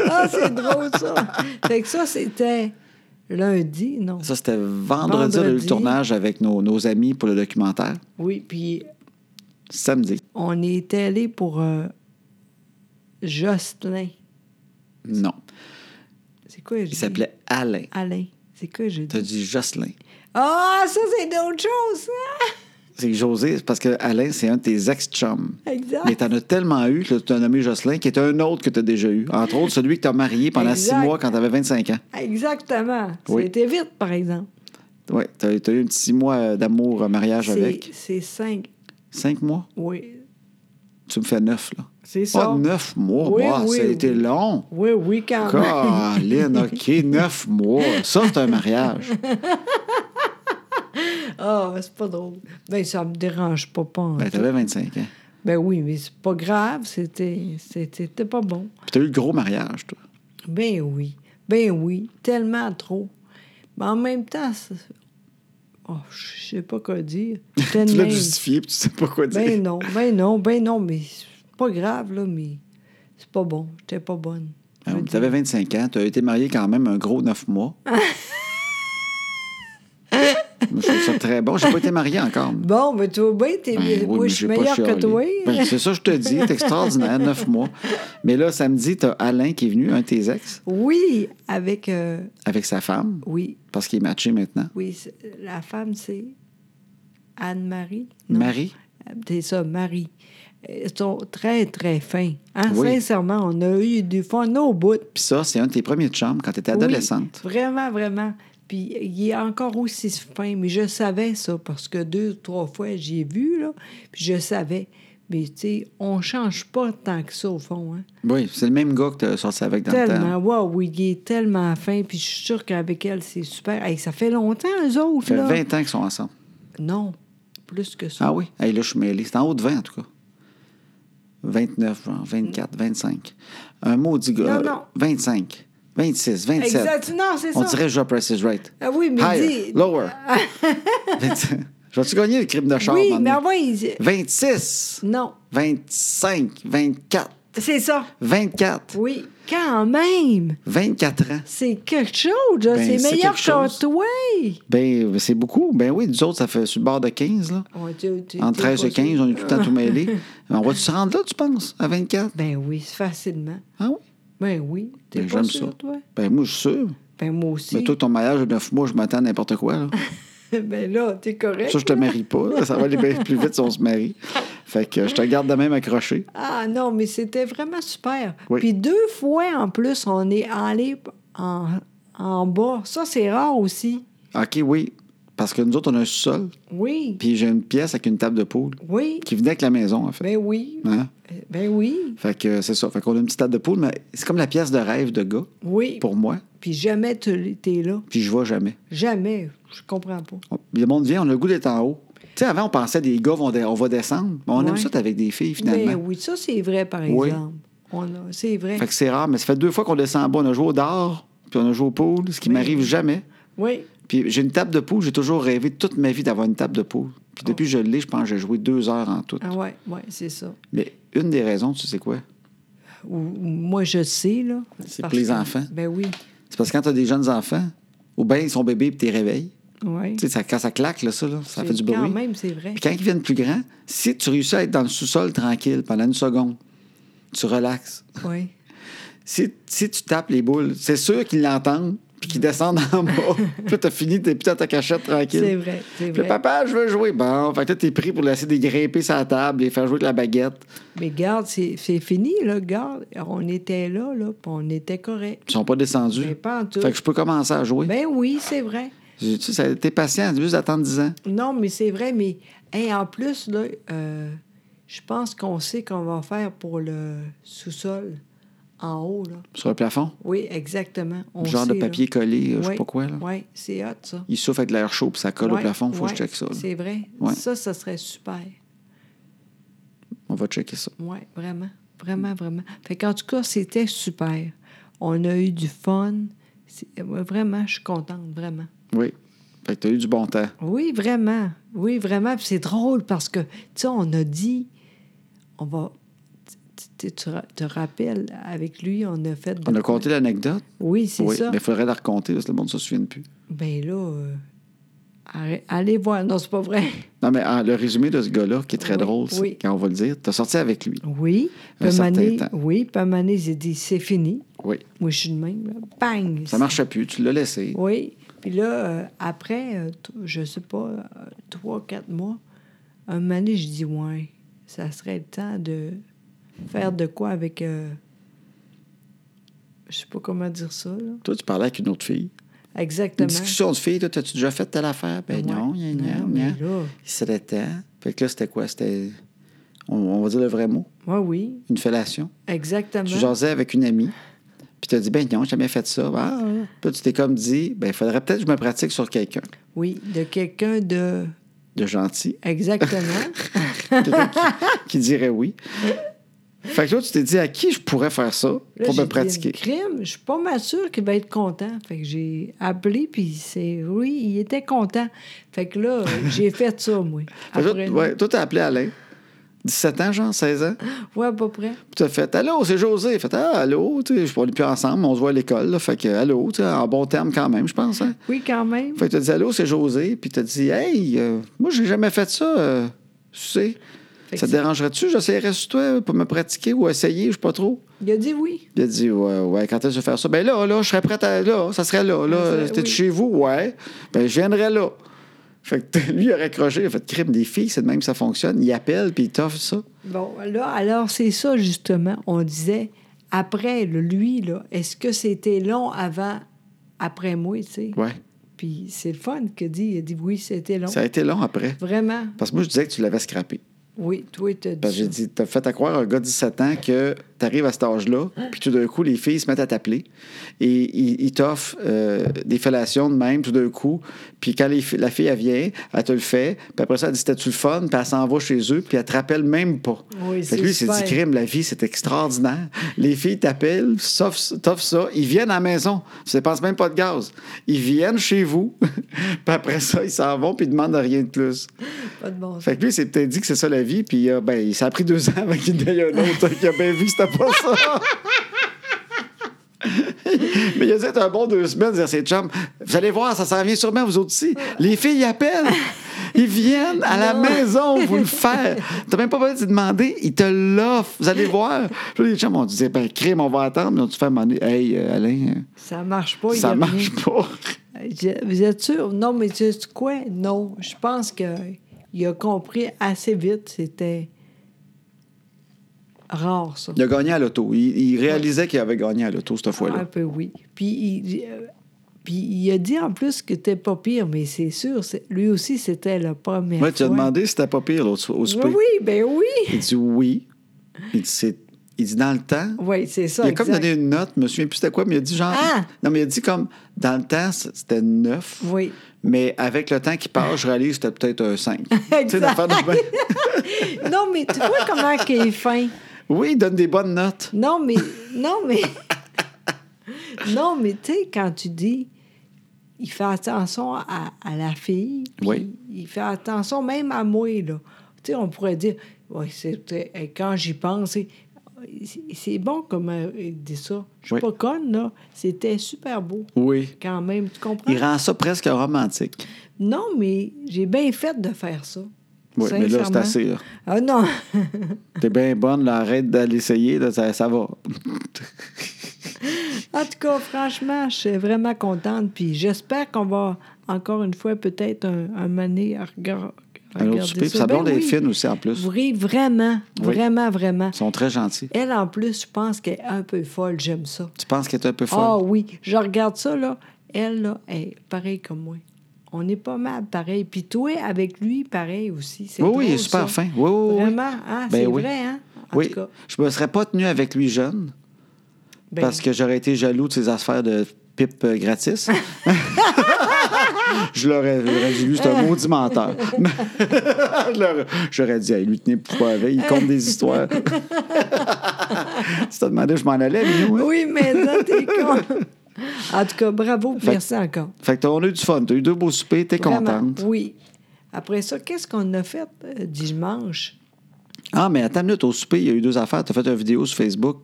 [SPEAKER 2] ah, c'est drôle, ça. Fait que ça, c'était lundi, non?
[SPEAKER 1] ça, c'était vendredi, on a eu le
[SPEAKER 2] Vendredi.
[SPEAKER 1] tournage avec nos, nos amis pour le documentaire.
[SPEAKER 2] Oui, puis
[SPEAKER 1] Samedi.
[SPEAKER 2] on est allé pour euh, Jocelyn.
[SPEAKER 1] Non.
[SPEAKER 2] C'est quoi,
[SPEAKER 1] Il s'appelait Alain.
[SPEAKER 2] Alain. C'est quoi, j'ai
[SPEAKER 1] T'as
[SPEAKER 2] dit?
[SPEAKER 1] dit Jocelyn.
[SPEAKER 2] Ah, ça, c'est d'autres choses, ça!
[SPEAKER 1] C'est José, c'est parce que Alain, c'est un de tes ex-chums.
[SPEAKER 2] Exact.
[SPEAKER 1] Mais t'en as tellement eu que tu as nommé Jocelyn, qui est un autre que t'as déjà eu. Entre autres, celui que t'as marié pendant
[SPEAKER 2] Exact.
[SPEAKER 1] six mois quand t'avais 25 ans.
[SPEAKER 2] Exactement.
[SPEAKER 1] Oui.
[SPEAKER 2] C'était vite, par exemple.
[SPEAKER 1] Oui, t'as as eu un petit six mois euh, d'amour euh, mariage
[SPEAKER 2] C'est
[SPEAKER 1] avec.
[SPEAKER 2] c'est cinq.
[SPEAKER 1] Cinq mois?
[SPEAKER 2] Oui,
[SPEAKER 1] Tu me fais neuf, là.
[SPEAKER 2] c'est
[SPEAKER 1] Pas
[SPEAKER 2] ça.
[SPEAKER 1] neuf mois,
[SPEAKER 2] Oui,
[SPEAKER 1] moi,
[SPEAKER 2] oui,
[SPEAKER 1] ça a
[SPEAKER 2] oui. Ah, ben.
[SPEAKER 1] été long.
[SPEAKER 2] Oui, oui, quand même.
[SPEAKER 1] Colin,
[SPEAKER 2] (laughs)
[SPEAKER 1] OK, neuf mois. Ça, c'est un mariage.
[SPEAKER 2] Ah, c'est pas drôle. Ben, ça me dérange pas, pas. en
[SPEAKER 1] Ben,
[SPEAKER 2] tout.
[SPEAKER 1] t'avais 25 ans.
[SPEAKER 2] Ben oui, mais c'est pas grave, c'était c'était- c'était pas bon.
[SPEAKER 1] Puis t'as eu le gros mariage, toi.
[SPEAKER 2] Ben oui, ben oui, tellement trop. Mais en même temps, ça- oh, je sais pas quoi dire. J'étais
[SPEAKER 1] (laughs)
[SPEAKER 2] de
[SPEAKER 1] Tu l'as
[SPEAKER 2] même.
[SPEAKER 1] justifié, puis tu sais pas quoi dire.
[SPEAKER 2] (laughs) Ben non, ben non, ben non, mais c'est pas grave, là, mais c'est pas bon. J'étais pas bonne.
[SPEAKER 1] Ah oui, T'avais 25 ans, t'as été marié quand même un gros 9 mois. (laughs) Moi, je trouve ça très bon. J'ai pas été marié encore. moi.
[SPEAKER 2] Bon, ben tu vois bien, t'es
[SPEAKER 1] Ben oui,
[SPEAKER 2] moi,
[SPEAKER 1] mais
[SPEAKER 2] je suis
[SPEAKER 1] j'ai pas
[SPEAKER 2] meilleure que
[SPEAKER 1] chialé.
[SPEAKER 2] toi.
[SPEAKER 1] Ben, c'est ça, je te dis, c'est extraordinaire, 9 mois. Mais là, samedi, t'as Alain qui est venu, un de tes ex,
[SPEAKER 2] (laughs) Oui, avec... euh,
[SPEAKER 1] avec sa femme,
[SPEAKER 2] oui,
[SPEAKER 1] parce qu'il est matché maintenant.
[SPEAKER 2] oui, c'est- la femme, c'est Anne-Marie. non?
[SPEAKER 1] Marie,
[SPEAKER 2] C'est ça, Marie. Ils sont très, très fins. Hein,
[SPEAKER 1] Oui.
[SPEAKER 2] Sincèrement, on a eu du fun au bout.
[SPEAKER 1] puis ça, c'est un de tes premiers chums quand t'étais
[SPEAKER 2] Oui,
[SPEAKER 1] adolescente.
[SPEAKER 2] vraiment, vraiment. Puis il est encore aussi fin, mais je savais ça parce que deux, trois fois, j'ai vu, là, puis je savais. Mais tu sais, on change pas tant que ça, au fond. Hein.
[SPEAKER 1] Oui, c'est le même gars que t'as sorti avec dans le
[SPEAKER 2] Tellement,
[SPEAKER 1] temps.
[SPEAKER 2] waouh, oui, il est tellement fin, puis je suis sûre qu'avec elle, c'est super. Hey, ça fait longtemps, eux autres,
[SPEAKER 1] Ça
[SPEAKER 2] là.
[SPEAKER 1] fait 20 ans qu'ils sont ensemble.
[SPEAKER 2] Non, plus que ça.
[SPEAKER 1] Ah oui? Hey, là, je suis mêlé. C'est en haut de 20, en tout cas. 29, genre, 24, 25. Un maudit gars. euh,
[SPEAKER 2] Non, non.
[SPEAKER 1] 25, 26, 27.
[SPEAKER 2] Exact. Non, c'est
[SPEAKER 1] On
[SPEAKER 2] ça.
[SPEAKER 1] dirait je press is right.
[SPEAKER 2] Ah oui, mais
[SPEAKER 1] Higher,
[SPEAKER 2] dis- (laughs)
[SPEAKER 1] lower. 25. Je vais-tu gagner le crime de charme?
[SPEAKER 2] oui, mais avant, il-
[SPEAKER 1] 26,
[SPEAKER 2] Non,
[SPEAKER 1] 25, 24,
[SPEAKER 2] c'est ça.
[SPEAKER 1] 24.
[SPEAKER 2] Oui. Quand même!
[SPEAKER 1] 24 ans.
[SPEAKER 2] C'est quelque chose, là.
[SPEAKER 1] Ben,
[SPEAKER 2] c'est
[SPEAKER 1] c'est
[SPEAKER 2] meilleur
[SPEAKER 1] quelque
[SPEAKER 2] que
[SPEAKER 1] chose.
[SPEAKER 2] toi.
[SPEAKER 1] Ben, c'est beaucoup. Ben oui, nous autres, ça fait sur le bord de 15, là.
[SPEAKER 2] Ouais, tu- tu-
[SPEAKER 1] Entre
[SPEAKER 2] t'es
[SPEAKER 1] 13 et
[SPEAKER 2] pas sûr.
[SPEAKER 1] 15, on est tout
[SPEAKER 2] (laughs)
[SPEAKER 1] le temps tout mêlés. Mais on va-tu se rendre là, tu penses, à 24?
[SPEAKER 2] Ben oui, facilement.
[SPEAKER 1] Ah oui?
[SPEAKER 2] Ben oui. T'es
[SPEAKER 1] Ben,
[SPEAKER 2] pas
[SPEAKER 1] j'aime
[SPEAKER 2] sûr,
[SPEAKER 1] ça.
[SPEAKER 2] toi?
[SPEAKER 1] Ben moi, je suis sûr.
[SPEAKER 2] Ben moi aussi.
[SPEAKER 1] Mais toi, ton mariage de 9 mois, je m'attends à n'importe quoi, là.
[SPEAKER 2] (laughs) ben là, t'es correct.
[SPEAKER 1] Ça, je te
[SPEAKER 2] là.
[SPEAKER 1] marie pas. là. Ça va aller bien plus vite si on se marie. Fait que euh, je te garde de même accroché.
[SPEAKER 2] Ah non, mais c'était vraiment super.
[SPEAKER 1] Oui.
[SPEAKER 2] Puis deux fois en plus, on est allé en, en bas. Ça, c'est rare aussi.
[SPEAKER 1] OK, oui. Parce que nous autres, on a un sous-sol.
[SPEAKER 2] Oui.
[SPEAKER 1] Puis j'ai une pièce avec une table de poule
[SPEAKER 2] Oui.
[SPEAKER 1] qui venait avec la maison, en fait.
[SPEAKER 2] Ben oui.
[SPEAKER 1] Hein?
[SPEAKER 2] Euh, Ben oui.
[SPEAKER 1] Fait que euh, c'est ça. Fait qu'on a une petite table de poule, mais c'est comme la pièce de rêve de gars
[SPEAKER 2] Oui.
[SPEAKER 1] pour moi.
[SPEAKER 2] Puis jamais tu t'es là.
[SPEAKER 1] Puis je vois jamais.
[SPEAKER 2] Jamais. Je comprends pas.
[SPEAKER 1] On- Le monde vient, on a le goût d'être en haut. Tu sais, avant, on pensait des gars, vont dé- on va descendre. Mais on aime
[SPEAKER 2] Ouais.
[SPEAKER 1] ça être avec des filles, finalement.
[SPEAKER 2] Ben oui, ça, c'est vrai, par
[SPEAKER 1] Oui.
[SPEAKER 2] exemple. On a- C'est vrai.
[SPEAKER 1] Fait que c'est rare, mais ça fait deux fois qu'on descend en bas. On a joué au dard, puis on a joué au pool, ce qui
[SPEAKER 2] Mais-
[SPEAKER 1] m'arrive jamais.
[SPEAKER 2] Oui.
[SPEAKER 1] Puis j'ai une table de poule, j'ai toujours rêvé toute ma vie d'avoir une table de poule. Puis depuis que je l'ai, je pense que j'ai joué deux heures en tout.
[SPEAKER 2] Ah ouais, ouais, c'est ça.
[SPEAKER 1] Mais une des raisons, tu sais quoi?
[SPEAKER 2] Ou- ou moi, je sais, là.
[SPEAKER 1] C'est
[SPEAKER 2] parce
[SPEAKER 1] pour les
[SPEAKER 2] que-
[SPEAKER 1] enfants.
[SPEAKER 2] Ben oui.
[SPEAKER 1] C'est parce que quand t'as des jeunes enfants, ou bien ils sont bébés puis t'es réveilles.
[SPEAKER 2] Oui.
[SPEAKER 1] Tu sais, ça- quand ça claque, là, ça, là, ça fait du bruit.
[SPEAKER 2] Quand même, c'est vrai.
[SPEAKER 1] Puis quand ils viennent plus grands, si tu réussis à être dans le sous-sol tranquille pendant une seconde, tu relaxes.
[SPEAKER 2] Oui.
[SPEAKER 1] Si, si tu tapes les boules, c'est sûr qu'ils l'entendent puis qu'ils descendent en bas.
[SPEAKER 2] (laughs)
[SPEAKER 1] puis là, t'as fini, t'es putain ta cachette tranquille.
[SPEAKER 2] C'est vrai, c'est
[SPEAKER 1] Puis là,
[SPEAKER 2] vrai.
[SPEAKER 1] papa, je veux jouer. Bon, fait que là, t'es pris pour laisser des grimper sa table, les faire jouer de la baguette.
[SPEAKER 2] Mais garde, c'est c'est fini, là, garde. On était là, là, puis on était correct.
[SPEAKER 1] Ils sont pas descendus.
[SPEAKER 2] Mais Ben, pas en tout.
[SPEAKER 1] Fait que je peux commencer à jouer.
[SPEAKER 2] Ben oui, c'est vrai.
[SPEAKER 1] Tu sais, ça- t'es patient, tu veux juste attendre 10 ans.
[SPEAKER 2] Non, mais c'est vrai, mais hey, en plus, là, euh, je pense qu'on sait qu'on va faire pour le sous-sol en haut, là.
[SPEAKER 1] Sur le plafond,
[SPEAKER 2] Oui, exactement. On
[SPEAKER 1] genre de papier collé, euh, je sais pas quoi. Là.
[SPEAKER 2] Oui, c'est hot, ça.
[SPEAKER 1] Ils soufflent avec de l'air chaud puis ça colle au
[SPEAKER 2] Ouais,
[SPEAKER 1] plafond, faut que
[SPEAKER 2] ouais,
[SPEAKER 1] je check ça. là.
[SPEAKER 2] C'est vrai.
[SPEAKER 1] Ouais.
[SPEAKER 2] Ça, ça serait super.
[SPEAKER 1] On va checker ça.
[SPEAKER 2] Oui, vraiment. Vraiment, vraiment. Fait qu'en tout cas, c'était super. On a eu du fun. C'est- euh, ouais, Vraiment, je suis contente, vraiment.
[SPEAKER 1] Oui. Fait que t'as eu du bon temps.
[SPEAKER 2] Oui, vraiment. Oui, vraiment. Puis c'est drôle parce que, tu sais, on a dit, on va. tu- tu- Tu ra- te rappelles, avec lui, on a fait. de
[SPEAKER 1] On a
[SPEAKER 2] quoi?
[SPEAKER 1] compté l'anecdote.
[SPEAKER 2] Oui, c'est
[SPEAKER 1] Oui,
[SPEAKER 2] ça.
[SPEAKER 1] mais il faudrait la raconter parce que le monde ne se souvient plus.
[SPEAKER 2] Ben là, euh, arrête- allez voir. Non, c'est pas vrai.
[SPEAKER 1] Non, mais ah, le résumé de ce gars-là, qui est très
[SPEAKER 2] Oui,
[SPEAKER 1] drôle, c'est
[SPEAKER 2] oui.
[SPEAKER 1] quand on va le dire, t'as sorti avec lui. Un
[SPEAKER 2] Oui. Puis un moment
[SPEAKER 1] certain
[SPEAKER 2] donné-
[SPEAKER 1] temps.
[SPEAKER 2] Oui, puis à un moment donné, j'ai dit, c'est fini.
[SPEAKER 1] Oui.
[SPEAKER 2] Moi, je suis de même. là. Bang!
[SPEAKER 1] Ça marchait plus, tu l'as laissé.
[SPEAKER 2] Oui. Puis là, euh, après, euh, t- je sais pas, euh, trois, quatre mois, un moment donné, je dis, ouais, ça serait le temps de faire de quoi avec. euh, je sais pas comment dire ça, là.
[SPEAKER 1] Toi, tu parlais avec une autre fille. Une
[SPEAKER 2] Exactement.
[SPEAKER 1] discussion de filles, toi, t'as-tu déjà fait telle affaire?
[SPEAKER 2] Ouais.
[SPEAKER 1] Ben non, gna, gna, gna.
[SPEAKER 2] Non, mais là,
[SPEAKER 1] Il serait temps. Fait que là, c'était quoi? C'était. On, on va dire le vrai mot,
[SPEAKER 2] moi, oui,
[SPEAKER 1] une fellation.
[SPEAKER 2] exactement.
[SPEAKER 1] Tu jasais avec une amie, puis t'as dit, ben non, j'ai jamais fait ça. Ah. Puis là, tu t'es comme dit, ben, il faudrait peut-être que je me pratique sur quelqu'un
[SPEAKER 2] Oui, de quelqu'un de.
[SPEAKER 1] de gentil, (laughs)
[SPEAKER 2] Exactement.
[SPEAKER 1] quelqu'un qui, qui dirait oui. Fait que là, tu t'es dit, à qui je pourrais faire ça
[SPEAKER 2] Là,
[SPEAKER 1] pour
[SPEAKER 2] j'ai
[SPEAKER 1] me
[SPEAKER 2] dit,
[SPEAKER 1] pratiquer?
[SPEAKER 2] crime, je suis pas mal sûre qu'il va être content. Fait que j'ai appelé, puis c'est oui, il était content. Fait que
[SPEAKER 1] (laughs)
[SPEAKER 2] là, j'ai fait ça, moi.
[SPEAKER 1] Fait que là,
[SPEAKER 2] Après,
[SPEAKER 1] ouais, toi, t'as appelé Alain. 17 ans, genre, 16 ans. Puis
[SPEAKER 2] ouais, à peu près.
[SPEAKER 1] t'as fait Allô, c'est José. Il Fait Ah, allô, tu sais, je- on est plus ensemble, mais on se voit à l'école. là. Fait que Allô, tu sais, en bon terme quand même, je pense. hein.
[SPEAKER 2] Oui, quand même.
[SPEAKER 1] Fait que t'as dit Allô, c'est José. Puis t'as dit Hey, euh, moi, j'ai jamais fait ça. euh, tu sais,
[SPEAKER 2] Fait que
[SPEAKER 1] ça te
[SPEAKER 2] c'est-
[SPEAKER 1] dérangerait-tu? J'essayerais sur toi pour me pratiquer ou essayer, je sais pas trop.
[SPEAKER 2] Il a dit oui.
[SPEAKER 1] Il a dit, ouais, ouais, quand est-ce que je vais faire ça? Ben là, là, je serais prête à. Là, ça serait là. Là,
[SPEAKER 2] Ah, ça,
[SPEAKER 1] c'était
[SPEAKER 2] oui.
[SPEAKER 1] chez vous? Ouais. Ben, je viendrais là. Fait que (laughs) lui, il a raccroché. Il a fait crime des filles, c'est de même que ça fonctionne. Il appelle, puis il t'offre ça.
[SPEAKER 2] Bon, là, alors c'est ça, justement. On disait, après, là, lui, là, est-ce que c'était long avant, après moi, tu sais?
[SPEAKER 1] Ouais.
[SPEAKER 2] Puis c'est le fun qu'il dit. Il a dit oui, c'était long.
[SPEAKER 1] Ça a été long après.
[SPEAKER 2] Vraiment.
[SPEAKER 1] Parce que moi, je disais que tu l'avais scrappé.
[SPEAKER 2] Oui, toi, tu as dit.
[SPEAKER 1] Parce que Ben, j'ai
[SPEAKER 2] ça.
[SPEAKER 1] dit, t'as fait à croire à un gars de 17 ans que t'arrives à cet âge-là, puis tout d'un coup, les filles se mettent à t'appeler et ils, ils t'offrent euh, des fellations de même tout d'un coup. Puis quand les fi- la fille, elle vient, elle te le fait, puis après ça, elle dit, c'était-tu le fun, puis elle s'en va chez eux, puis elle te rappelle même pas.
[SPEAKER 2] Oui,
[SPEAKER 1] fait
[SPEAKER 2] c'est
[SPEAKER 1] que lui, il s'est
[SPEAKER 2] super.
[SPEAKER 1] dit, crime, la vie, c'est extraordinaire. Les filles t'appellent, sauf t'offres ça, ils viennent à la maison, tu dépenses même pas de gaz. Ils viennent chez vous, (laughs) puis après ça, ils s'en vont, puis ils demandent rien de plus.
[SPEAKER 2] Pas de bon sens.
[SPEAKER 1] Fait que lui, il s'est peut-être dit que c'est ça la vie, puis hein, euh, ben, ça a pris deux ans avant qu'il y ait un autre qui a bien vu que c'était pas ça. (laughs) Mais il a dit un bon deux semaines, dire à ses chums, vous allez voir, ça s'en vient sûrement, vous autres aussi. Les filles appellent. Ils viennent à la
[SPEAKER 2] Non.
[SPEAKER 1] maison vous le faire. T'as même pas besoin de te demander, ils te l'offrent. Vous allez voir. Puis là, les chums ont dit, ben, crime, on va attendre. Ils ont dit, fais mon Hey, euh, Alain, euh,
[SPEAKER 2] Ça marche pas. il y
[SPEAKER 1] ça
[SPEAKER 2] a
[SPEAKER 1] marche pas.
[SPEAKER 2] rien. Je- Vous êtes sûr? Non, mais tu sais quoi? Non. Je pense qu'il a compris assez vite. C'était rare, ça.
[SPEAKER 1] Il a gagné à l'auto. Il, il réalisait qu'il avait gagné à l'auto cette
[SPEAKER 2] Un
[SPEAKER 1] fois-là.
[SPEAKER 2] peu, oui. Puis il, euh, puis il a dit en plus que t'es pas pire, mais c'est sûr, c'est- lui aussi, c'était la première
[SPEAKER 1] Moi, tu as
[SPEAKER 2] fois.
[SPEAKER 1] demandé si c'était pas pire l'autre au souper.
[SPEAKER 2] Oui, oui, ben oui.
[SPEAKER 1] Il dit oui. Il dit, c'est- il dit dans le temps.
[SPEAKER 2] Oui, c'est ça.
[SPEAKER 1] Il a comme
[SPEAKER 2] exact.
[SPEAKER 1] donné une note, je me souviens plus c'était quoi, mais il a dit genre.
[SPEAKER 2] Ah!
[SPEAKER 1] Non, mais il a dit comme dans le temps, c'était 9.
[SPEAKER 2] Oui.
[SPEAKER 1] Mais avec le temps qui passe, je réalise que c'était peut-être un 5. Tu sais,
[SPEAKER 2] (laughs) Exact.
[SPEAKER 1] une affaire de même.
[SPEAKER 2] Non, mais tu vois comment qu'il est fin.
[SPEAKER 1] Oui, il donne des bonnes notes.
[SPEAKER 2] Non, mais. Non, mais. non, mais tu sais, quand tu dis. Il fait attention à, à la fille. puis
[SPEAKER 1] Oui.
[SPEAKER 2] Il fait attention même à moi, là. Tu sais, on pourrait dire. Ouais, c'est- c'est- euh, quand j'y pense, c'est- c'est- c'est bon comme euh, il dit ça. Je suis
[SPEAKER 1] Oui.
[SPEAKER 2] pas conne, là. C'était super beau,
[SPEAKER 1] Oui.
[SPEAKER 2] quand même. Tu comprends?
[SPEAKER 1] Il rend ça presque romantique.
[SPEAKER 2] Non, mais j'ai bien fait de faire ça.
[SPEAKER 1] Oui, mais là, c'est
[SPEAKER 2] sincèrement.
[SPEAKER 1] assez. là.
[SPEAKER 2] Ah non!
[SPEAKER 1] T'es bien bonne, là, arrête de l'essayer, là, ça, ça va.
[SPEAKER 2] En tout cas, franchement, je suis vraiment contente. Puis j'espère qu'on va encore une fois, peut-être un, un moment donné, à regard- à
[SPEAKER 1] Un
[SPEAKER 2] regarder.
[SPEAKER 1] autre souper. Puis
[SPEAKER 2] ça.
[SPEAKER 1] sa
[SPEAKER 2] Ben
[SPEAKER 1] blonde est
[SPEAKER 2] oui.
[SPEAKER 1] fine aussi, en plus.
[SPEAKER 2] Vous riez vraiment,
[SPEAKER 1] Oui.
[SPEAKER 2] vraiment, vraiment.
[SPEAKER 1] Ils sont très gentils.
[SPEAKER 2] Elle, en plus, je pense qu'elle est un peu folle. J'aime ça.
[SPEAKER 1] Tu penses qu'elle est un peu folle?
[SPEAKER 2] Ah oui, je regarde ça, là. Elle, là, elle est pareille comme moi. On est pas mal pareil. Puis toi, avec lui, pareil aussi. C'est
[SPEAKER 1] Oui, oui, il est
[SPEAKER 2] drôle,
[SPEAKER 1] super
[SPEAKER 2] ça.
[SPEAKER 1] fin. Oui, oui, oui.
[SPEAKER 2] Vraiment, hein?
[SPEAKER 1] Ben
[SPEAKER 2] c'est
[SPEAKER 1] oui.
[SPEAKER 2] vrai, hein? En
[SPEAKER 1] oui,
[SPEAKER 2] tout cas,
[SPEAKER 1] je me serais pas tenu avec lui jeune
[SPEAKER 2] ben,
[SPEAKER 1] parce que j'aurais été jaloux de ses affaires de pipe euh,
[SPEAKER 2] (laughs)
[SPEAKER 1] gratis. je l'aurais j'aurais dit, lui, c'est un maudit
[SPEAKER 2] (laughs)
[SPEAKER 1] menteur. Mais je l'aurais- j'aurais dit, hey, lui, tenez pourquoi avec,
[SPEAKER 2] (laughs)
[SPEAKER 1] il compte des histoires. tu t'as demandé, je m'en allais, Minou, hein?
[SPEAKER 2] Oui, mais non,
[SPEAKER 1] (laughs)
[SPEAKER 2] t'es con. en tout cas, bravo, merci encore.
[SPEAKER 1] Fait que on a eu du fun, t'as eu deux beaux soupers, t'es
[SPEAKER 2] Vraiment,
[SPEAKER 1] contente.
[SPEAKER 2] Oui. Après ça, qu'est-ce qu'on a fait euh, dimanche?
[SPEAKER 1] Ah, mais attends une minute, au souper, il y a eu deux affaires. T'as fait une vidéo sur Facebook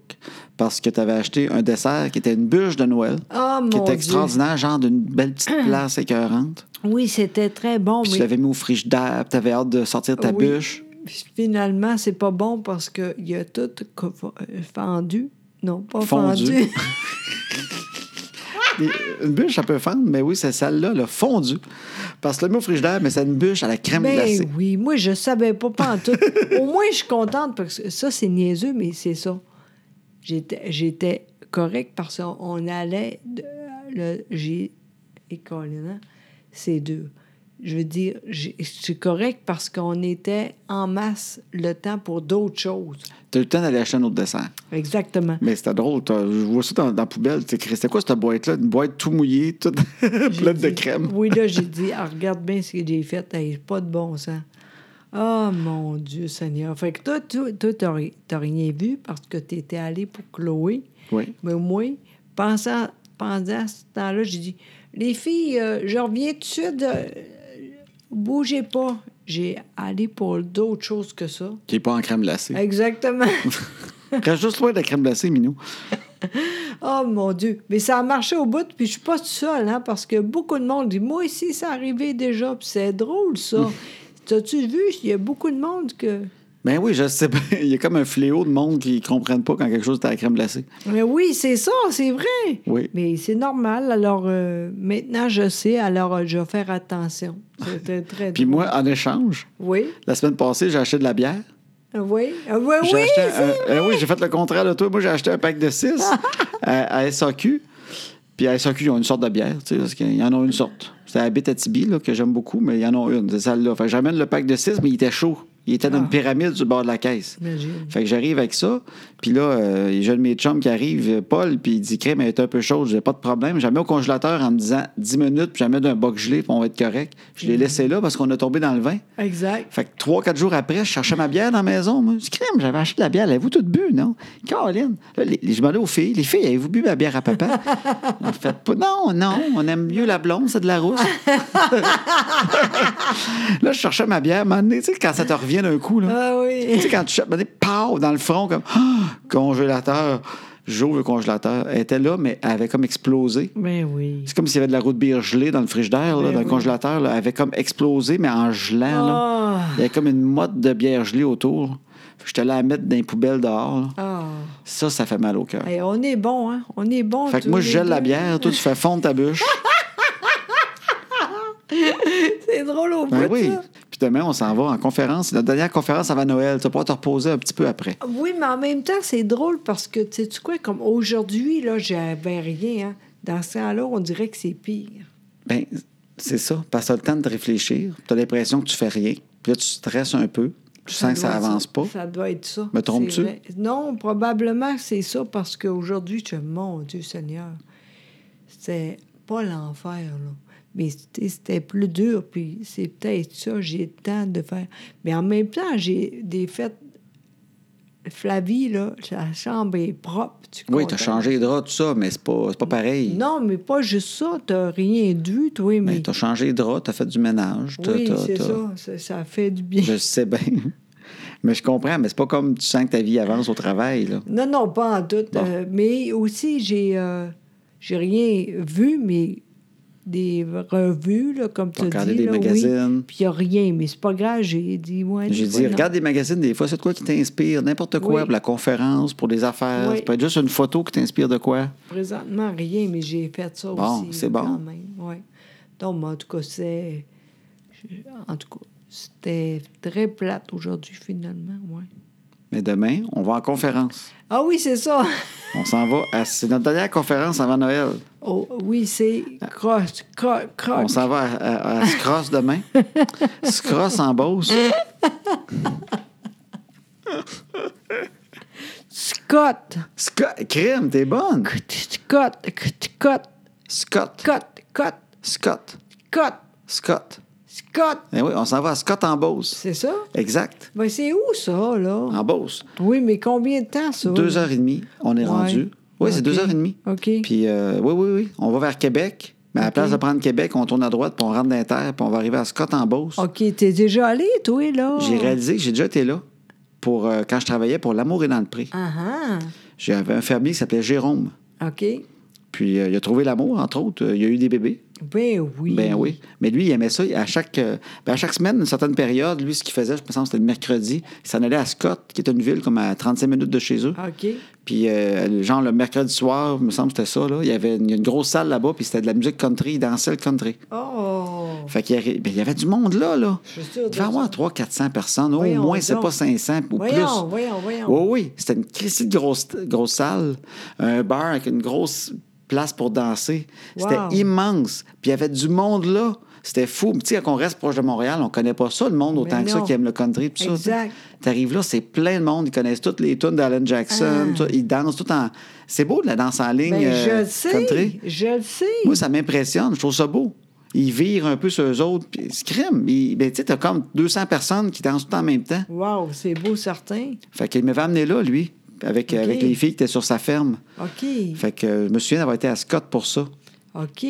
[SPEAKER 1] parce que t'avais acheté un dessert qui était une bûche de Noël.
[SPEAKER 2] Ah,
[SPEAKER 1] qui
[SPEAKER 2] mon
[SPEAKER 1] était
[SPEAKER 2] Dieu.
[SPEAKER 1] extraordinaire, genre d'une belle
[SPEAKER 2] (clears throat)
[SPEAKER 1] petite place écœurante.
[SPEAKER 2] Oui, c'était très bon,
[SPEAKER 1] Puis tu
[SPEAKER 2] mais
[SPEAKER 1] l'avais mis au frigidaire, puis t'avais hâte de sortir ta
[SPEAKER 2] Oui.
[SPEAKER 1] bûche.
[SPEAKER 2] finalement, c'est pas bon parce qu'il a tout co- euh, fendu. Non, pas
[SPEAKER 1] Fondu.
[SPEAKER 2] fendu.
[SPEAKER 1] Et euh, une bûche, ça peut fendre, mais oui, c'est celle-là, le fondu. Parce que le mis au frigidaire, mais c'est une bûche à la crème glacée.
[SPEAKER 2] Ben oui, moi, je savais pas, pas en tout. Au moins, je suis contente parce que ça, c'est niaiseux, mais c'est ça. J'étais, j'étais correcte parce qu'on allait. de- le, j'ai. Et Colin, hein, c'est deux. Je veux dire, j'ai- je suis correcte parce qu'on était en masse le temps pour d'autres choses.
[SPEAKER 1] T'as eu le temps d'aller acheter un autre dessert.
[SPEAKER 2] Exactement.
[SPEAKER 1] Mais c'était drôle, t'as- je vois ça dans, dans la poubelle. t'sais, Christ, C'était quoi cette boîte-là? Une boîte tout mouillée, toute (laughs) pleine de
[SPEAKER 2] J'ai dit-
[SPEAKER 1] crème.
[SPEAKER 2] Oui, là, j'ai dit, ah, regarde bien ce que j'ai fait. Hey, pas de bon sens. Ah, mon Dieu Seigneur. Fait que toi, tu toi, t'as ri- t'as rien vu parce que tu étais allé pour Chloé.
[SPEAKER 1] Oui.
[SPEAKER 2] Mais moi, pensant, pendant ce temps-là, j'ai dit, les filles, euh, je reviens tout de suite. euh, bougez pas. J'ai allé pour d'autres choses que ça.
[SPEAKER 1] Qui n'est pas en crème glacée.
[SPEAKER 2] Exactement.
[SPEAKER 1] Reste juste loin de la crème glacée, Minou.
[SPEAKER 2] Oh mon Dieu, mais ça a marché au bout, puis je suis pas toute seule, hein, parce que beaucoup de monde dit Moi ici, c'est arrivé déjà, puis c'est drôle ça. T'as-tu vu, il y a beaucoup de monde que.
[SPEAKER 1] Ben oui, je sais pas. (laughs) Il y a comme un fléau de monde qui ne comprennent pas quand quelque chose est à la crème glacée.
[SPEAKER 2] Mais oui, c'est ça, c'est vrai.
[SPEAKER 1] Oui.
[SPEAKER 2] Mais c'est normal, alors euh, maintenant je sais, alors euh, je vais faire attention. C'était très
[SPEAKER 1] Puis
[SPEAKER 2] drôle.
[SPEAKER 1] moi, en échange,
[SPEAKER 2] Oui,
[SPEAKER 1] la semaine passée, j'ai acheté de la bière.
[SPEAKER 2] oui, Ah, oui,
[SPEAKER 1] J'ai
[SPEAKER 2] oui.
[SPEAKER 1] acheté un- euh, oui, j'ai fait le contraire de toi. Moi, j'ai acheté un pack de 6 à, à SAQ. Puis à SAQ, ils ont une sorte de bière, tu sais, parce qu'ils en ont une sorte. C'était à Bétatibi, là, que j'aime beaucoup, mais ils en ont une, c'est celle-là. Fait que j'amène le pack de 6, mais il était chaud. Il était dans une pyramide du bord de la caisse.
[SPEAKER 2] Imagine.
[SPEAKER 1] Fait que j'arrive avec ça. Puis là, euh, il y a un de mes chums qui arrive, euh, Paul, puis il dit Crème, elle est un peu chaude, j'ai pas de problème. Je la mets au congélateur en me disant 10 minutes, puis je la mets d'un boc gelé, puis on va être correct. Je l'ai laissé là parce qu'on a tombé dans le vin.
[SPEAKER 2] Exact.
[SPEAKER 1] Fait que trois, quatre jours après, je cherchais ma bière dans la maison. moi. Je dis, crème, j'avais acheté de la bière. Avez-vous toute bu, non? Caroline, là, les- les- je m'allais aux filles. Les filles, avez-vous bu ma bière à papa? (laughs) En fait, pas- non, non, on aime mieux la blonde, c'est de la rousse. (laughs) là, je cherchais ma bière. À un moment donné, tu sais, quand ça te revient d'un coup, là,
[SPEAKER 2] Ah
[SPEAKER 1] tu
[SPEAKER 2] oui.
[SPEAKER 1] sais, quand tu chopes, un moment donné, pow, dans le front, comme Ah! (gasps) congélateur. J'ouvre le congélateur. Elle était là, mais elle avait comme explosé.
[SPEAKER 2] Ben oui.
[SPEAKER 1] C'est comme s'il y avait de la roue de bière gelée dans le frigidaire, là,
[SPEAKER 2] Ben
[SPEAKER 1] dans le
[SPEAKER 2] oui.
[SPEAKER 1] congélateur. là. Elle avait comme explosé, mais en gelant. là.
[SPEAKER 2] Ah.
[SPEAKER 1] Il y avait comme une motte de bière gelée autour. Fait que J'étais allé la mettre dans les poubelles dehors. là.
[SPEAKER 2] Ah.
[SPEAKER 1] Ça, ça fait mal au cœur.
[SPEAKER 2] Hey, on est bon, hein? On est bon.
[SPEAKER 1] Fait que
[SPEAKER 2] tous
[SPEAKER 1] moi,
[SPEAKER 2] les
[SPEAKER 1] je gèle la
[SPEAKER 2] deux.
[SPEAKER 1] bière, toi, tu fais fondre ta
[SPEAKER 2] (laughs)
[SPEAKER 1] bûche.
[SPEAKER 2] C'est drôle au bout,
[SPEAKER 1] Ben oui.
[SPEAKER 2] oui.
[SPEAKER 1] Puis demain, on s'en va en conférence. C'est notre dernière conférence avant Noël. Tu vas pouvoir te reposer un petit peu après.
[SPEAKER 2] Oui, mais en même temps, c'est drôle parce que, tu sais quoi, comme aujourd'hui, là, j'avais rien, hein? Dans ce temps-là, on dirait que c'est pire.
[SPEAKER 1] Ben, c'est ça. Parce que t'as le temps de réfléchir. Tu as l'impression que tu fais rien. Puis là, tu stresses un peu. Tu sens que ça
[SPEAKER 2] doit être
[SPEAKER 1] avance pas.
[SPEAKER 2] Ça doit être ça.
[SPEAKER 1] Me trompes-tu?
[SPEAKER 2] C'est vrai. Non, probablement que c'est ça parce qu'aujourd'hui, tu mon Dieu Seigneur, c'était pas l'enfer, là. Mais c'était c'était plus dur, puis c'est peut-être ça, j'ai le temps de faire. Mais en même temps, j'ai des fêtes. Flavie, là, sa chambre est propre. Tu
[SPEAKER 1] Oui,
[SPEAKER 2] comprends?
[SPEAKER 1] t'as changé les draps, tout ça, mais c'est pas, c'est pas pareil.
[SPEAKER 2] Non, mais pas juste ça, t'as rien dû, toi, mais.
[SPEAKER 1] Mais Ben, t'as changé les draps, t'as fait du ménage. t'as-
[SPEAKER 2] oui,
[SPEAKER 1] t'as-
[SPEAKER 2] c'est
[SPEAKER 1] t'as- Ben,
[SPEAKER 2] ça, ça, ça fait du bien.
[SPEAKER 1] Je sais bien. mais je comprends, mais c'est pas comme tu sens que ta vie avance au travail, là.
[SPEAKER 2] (laughs) Non, non, pas en doute.
[SPEAKER 1] Bon.
[SPEAKER 2] euh, mais aussi, j'ai euh, j'ai rien vu, mais des revues, là, comme tu
[SPEAKER 1] T'as regardé
[SPEAKER 2] dis.
[SPEAKER 1] des
[SPEAKER 2] là, oui.
[SPEAKER 1] magazines.
[SPEAKER 2] Puis il n'y a rien, mais c'est pas grave, j'ai dit, ouais.
[SPEAKER 1] J'ai
[SPEAKER 2] tu
[SPEAKER 1] dit,
[SPEAKER 2] vois, non.
[SPEAKER 1] regarde des magazines, des fois, c'est de quoi qui t'inspire, n'importe quoi,
[SPEAKER 2] Oui.
[SPEAKER 1] pour la conférence, pour des affaires.
[SPEAKER 2] Oui.
[SPEAKER 1] Ça peut être juste une photo qui t'inspire de quoi.
[SPEAKER 2] Présentement, rien, mais j'ai fait ça
[SPEAKER 1] Bon,
[SPEAKER 2] aussi.
[SPEAKER 1] c'est bon.
[SPEAKER 2] Quand même, ouais. Donc, mais en tout cas, c'est. je- En tout cas, c'était très plate aujourd'hui, finalement, ouais.
[SPEAKER 1] Mais demain, on va en conférence.
[SPEAKER 2] Ah oui, c'est ça! (laughs)
[SPEAKER 1] On s'en va. à- C'est notre dernière conférence avant Noël.
[SPEAKER 2] Oh, oui, c'est croche, croche,
[SPEAKER 1] On
[SPEAKER 2] croche.
[SPEAKER 1] s'en va à, à, à Scross demain.
[SPEAKER 2] (laughs)
[SPEAKER 1] Scross en Beauce.
[SPEAKER 2] Scott!
[SPEAKER 1] Scott, crime, t'es bonne.
[SPEAKER 2] Scott! Scott!
[SPEAKER 1] Scott.
[SPEAKER 2] Scott! Scott!
[SPEAKER 1] Scott.
[SPEAKER 2] Scott,
[SPEAKER 1] Scott.
[SPEAKER 2] Scott,
[SPEAKER 1] Eh oui, on s'en va à Scott en Beauce.
[SPEAKER 2] c'est ça?
[SPEAKER 1] Exact.
[SPEAKER 2] Ben, c'est où ça, là?
[SPEAKER 1] En Beauce.
[SPEAKER 2] Oui, mais combien de temps, ça?
[SPEAKER 1] Ah. Deux heures et demie, on est
[SPEAKER 2] Ouais.
[SPEAKER 1] rendu. Oui, c'est
[SPEAKER 2] OK.
[SPEAKER 1] deux heures et demie.
[SPEAKER 2] OK.
[SPEAKER 1] Puis, euh, oui, oui, oui. On va vers Québec. Mais à la place de prendre Québec, on tourne à droite, puis on rentre dans les terres, puis on va arriver à Scott en Beauce.
[SPEAKER 2] OK, t'es déjà allé, toi, là?
[SPEAKER 1] J'ai réalisé que j'ai déjà été là pour, euh, quand je travaillais pour L'amour est dans le pré.
[SPEAKER 2] Ah,
[SPEAKER 1] J'avais un fermier qui s'appelait Jérôme.
[SPEAKER 2] ah, OK.
[SPEAKER 1] Puis euh, il a trouvé l'amour, entre autres. Euh, Il a eu des bébés.
[SPEAKER 2] Ben oui.
[SPEAKER 1] Ben oui. Mais lui, il aimait ça. À chaque, euh, ben, à chaque semaine, une certaine période, lui, ce qu'il faisait, je pense que c'était le mercredi, il s'en allait à Scott, qui est une ville comme à 35 minutes de chez eux.
[SPEAKER 2] OK.
[SPEAKER 1] Puis, euh, genre, le mercredi soir, il me semble que c'était ça, là, il y avait une, il y a une grosse salle là-bas, puis c'était de la musique country, il dansait le country.
[SPEAKER 2] Oh!
[SPEAKER 1] Fait qu'il y avait- ben, il y avait du monde là, là.
[SPEAKER 2] Je suis sûre de
[SPEAKER 1] Il devait y avoir
[SPEAKER 2] ça.
[SPEAKER 1] 300-400 personnes, au
[SPEAKER 2] Voyons
[SPEAKER 1] moins, c'est
[SPEAKER 2] donc.
[SPEAKER 1] pas 500 ou
[SPEAKER 2] Voyons,
[SPEAKER 1] plus. Oh,
[SPEAKER 2] voyons, voyons.
[SPEAKER 1] Oui, oui. C'était une crise de grosse, grosse salle, un bar avec une grosse place pour danser. C'était
[SPEAKER 2] Wow.
[SPEAKER 1] immense. Puis il y avait du monde là. C'était fou. Puis, Tu sais, quand on reste proche de Montréal, on connaît pas ça, le monde, autant
[SPEAKER 2] Mais
[SPEAKER 1] que ça,
[SPEAKER 2] non.
[SPEAKER 1] qui aime le country. Puis ça,
[SPEAKER 2] Exact.
[SPEAKER 1] tu arrives là, c'est plein de monde. Ils connaissent toutes les tunes d'Alan Jackson.
[SPEAKER 2] Ah.
[SPEAKER 1] tout ça. Ils dansent tout en. C'est beau de la danse en ligne.
[SPEAKER 2] Ben, je
[SPEAKER 1] euh,
[SPEAKER 2] le sais.
[SPEAKER 1] country.
[SPEAKER 2] Je le sais.
[SPEAKER 1] Moi, ça m'impressionne. Je trouve ça beau. Ils virent un peu sur eux autres. Puis, c'est crime. Ils- ben, tu sais, t'as comme 200 personnes qui dansent tout en même temps.
[SPEAKER 2] Wow, c'est beau, certain.
[SPEAKER 1] Fait qu'il m'avait amené là, lui, avec,
[SPEAKER 2] OK.
[SPEAKER 1] avec les filles qui étaient sur sa ferme.
[SPEAKER 2] OK.
[SPEAKER 1] Fait que euh, je me souviens d'avoir été à Scott pour ça.
[SPEAKER 2] OK.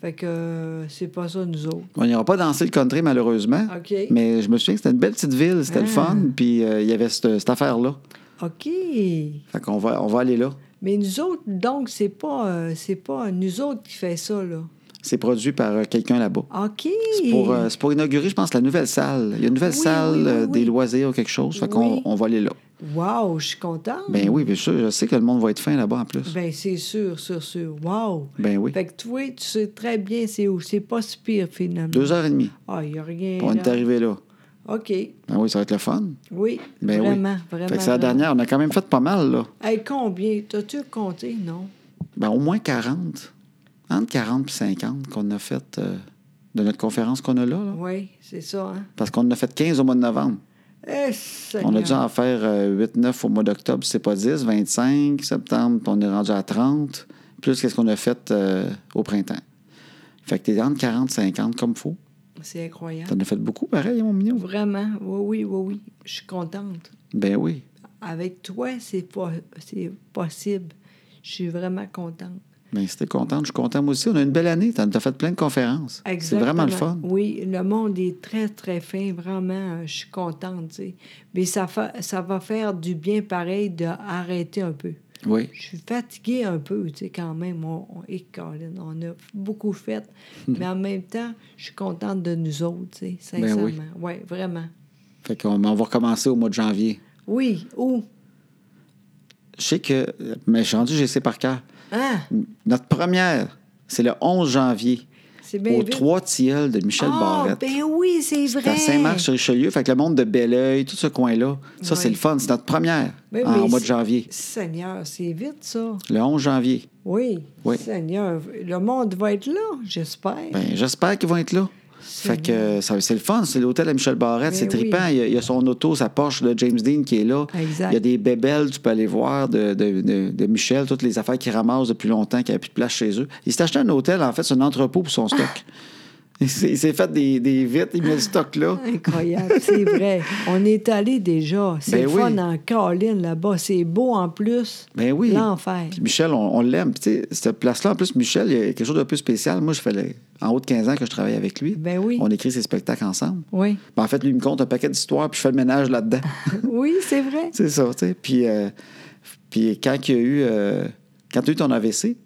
[SPEAKER 2] Fait que euh, c'est pas ça, nous autres.
[SPEAKER 1] On n'ira pas danser le country, malheureusement.
[SPEAKER 2] OK.
[SPEAKER 1] Mais je me souviens que c'était une belle petite ville, c'était le
[SPEAKER 2] Ah.
[SPEAKER 1] fun, puis euh, il y avait cette, cette affaire-là.
[SPEAKER 2] OK.
[SPEAKER 1] Fait qu'on va, on va aller là.
[SPEAKER 2] Mais nous autres, donc, c'est pas, euh, c'est pas nous autres qui fait ça, là.
[SPEAKER 1] C'est produit par euh, quelqu'un là-bas.
[SPEAKER 2] OK.
[SPEAKER 1] C'est pour, euh, c'est pour inaugurer, je pense, la nouvelle salle. Il y a une nouvelle
[SPEAKER 2] Oui,
[SPEAKER 1] salle
[SPEAKER 2] oui, oui,
[SPEAKER 1] euh, des
[SPEAKER 2] oui.
[SPEAKER 1] loisirs ou quelque chose. Fait
[SPEAKER 2] Oui.
[SPEAKER 1] qu'on on va aller là.
[SPEAKER 2] Wow, je suis contente.
[SPEAKER 1] Ben oui, bien sûr, je sais que le monde va être fin là-bas en plus.
[SPEAKER 2] Ben, c'est sûr, sûr, sûr. Wow.
[SPEAKER 1] Ben oui.
[SPEAKER 2] Fait que toi, tu sais très bien c'est où. C'est pas si pire, finalement.
[SPEAKER 1] Deux heures et demie.
[SPEAKER 2] Ah, il n'y a rien.
[SPEAKER 1] Puis on
[SPEAKER 2] là.
[SPEAKER 1] est arrivé là.
[SPEAKER 2] OK.
[SPEAKER 1] Ben oui, ça va être le fun.
[SPEAKER 2] Oui,
[SPEAKER 1] Ben oui.
[SPEAKER 2] vraiment, vraiment.
[SPEAKER 1] Fait que c'est la
[SPEAKER 2] vraiment.
[SPEAKER 1] dernière. On a quand même fait pas mal, là.
[SPEAKER 2] Hey, combien? T'as-tu compté? Non.
[SPEAKER 1] Ben, au moins 40. Entre 40 et 50 qu'on a fait euh, de notre conférence qu'on a là. là.
[SPEAKER 2] Oui, c'est ça, hein?
[SPEAKER 1] Parce qu'on en a fait 15 au mois de novembre.
[SPEAKER 2] Eh,
[SPEAKER 1] On a
[SPEAKER 2] Seigneur.
[SPEAKER 1] dû en faire 8-9 au mois d'octobre, c'est pas 10, 25 septembre, puis on est rendu à 30, plus qu'est-ce qu'on a fait euh, au printemps. Fait que t'es entre 40 50 comme faut.
[SPEAKER 2] C'est incroyable.
[SPEAKER 1] T'en as fait beaucoup pareil, mon mignon.
[SPEAKER 2] Vraiment, oui, oui, oui, oui. Je suis contente.
[SPEAKER 1] Ben oui.
[SPEAKER 2] Avec toi, c'est pas, c'est possible. Je suis vraiment contente.
[SPEAKER 1] Ben, c'était content. Je suis content, moi aussi. On a une belle année. T'en as fait plein de conférences. C'est vraiment le fun.
[SPEAKER 2] Oui, le monde est très, très fin. Vraiment, euh, je suis contente. tu sais. Mais ça, fa- ça va faire du bien pareil d'arrêter un peu.
[SPEAKER 1] Oui.
[SPEAKER 2] Je suis fatiguée un peu, tu sais, quand même. On, on, et Colin, on a
[SPEAKER 1] (laughs)
[SPEAKER 2] beaucoup fait. mais en même temps, je suis contente de nous autres, tu sais,
[SPEAKER 1] Ben oui.
[SPEAKER 2] sincèrement. oui, vraiment.
[SPEAKER 1] Fait qu'on on va recommencer au mois de janvier.
[SPEAKER 2] Oui, où?
[SPEAKER 1] Je sais que, mais je suis rendu, j'ai sais par cœur.
[SPEAKER 2] Hein?
[SPEAKER 1] Notre première, c'est le 11 janvier,
[SPEAKER 2] C'est bien
[SPEAKER 1] au
[SPEAKER 2] vite.
[SPEAKER 1] 3 tilleuls de Michel
[SPEAKER 2] Ben Ah,
[SPEAKER 1] Barrette.
[SPEAKER 2] ben oui, c'est
[SPEAKER 1] C'est à
[SPEAKER 2] vrai.
[SPEAKER 1] Saint-Marc-sur-Richelieu. Fait que le monde de Belleuil, tout ce coin-là, ça,
[SPEAKER 2] Ouais.
[SPEAKER 1] c'est le fun. C'est notre première
[SPEAKER 2] Ben
[SPEAKER 1] en
[SPEAKER 2] oui,
[SPEAKER 1] mois de
[SPEAKER 2] c'est-
[SPEAKER 1] janvier.
[SPEAKER 2] Seigneur, c'est vite, ça.
[SPEAKER 1] Le 11 janvier.
[SPEAKER 2] Oui.
[SPEAKER 1] Oui.
[SPEAKER 2] Seigneur, le monde va être là, j'espère.
[SPEAKER 1] Ben, j'espère qu'ils vont être là. Fait que euh, ça- c'est le fun, c'est l'hôtel à Michel Barrette,
[SPEAKER 2] Ben
[SPEAKER 1] c'est trippant. Il, y a, il y a son auto, sa Porsche de James Dean qui est là.
[SPEAKER 2] Exact.
[SPEAKER 1] Il y a des bébelles, tu peux aller voir de, de- de- de Michel, toutes les affaires qu'il ramasse depuis longtemps, qu'il n'y a plus de place chez eux. Il s'est acheté un hôtel, en fait, c'est un entrepôt pour son stock.
[SPEAKER 2] Ah.
[SPEAKER 1] (laughs) Il s'est il s'est fait des, des vitres, il met le stock
[SPEAKER 2] (laughs)
[SPEAKER 1] là.
[SPEAKER 2] Incroyable,
[SPEAKER 1] (laughs)
[SPEAKER 2] c'est vrai. On est allé déjà. C'est
[SPEAKER 1] Ben
[SPEAKER 2] le fun
[SPEAKER 1] oui.
[SPEAKER 2] en colline là-bas. C'est beau en plus.
[SPEAKER 1] Ben oui.
[SPEAKER 2] L'enfer.
[SPEAKER 1] Puis Michel, on, on l'aime. Puis, tu sais, cette place-là, en plus, Michel, il y a quelque chose de plus spécial. Moi, je fais le- en haut de 15 ans que je travaille avec lui.
[SPEAKER 2] Ben oui.
[SPEAKER 1] On écrit ses spectacles ensemble.
[SPEAKER 2] Oui.
[SPEAKER 1] Ben, en fait, lui, il me compte un paquet d'histoires, puis je fais le ménage là-dedans.
[SPEAKER 2] Oui, c'est vrai.
[SPEAKER 1] c'est ça, tu sais. Puis, euh, puis quand il y a eu, euh, quand tu as eu ton AVC,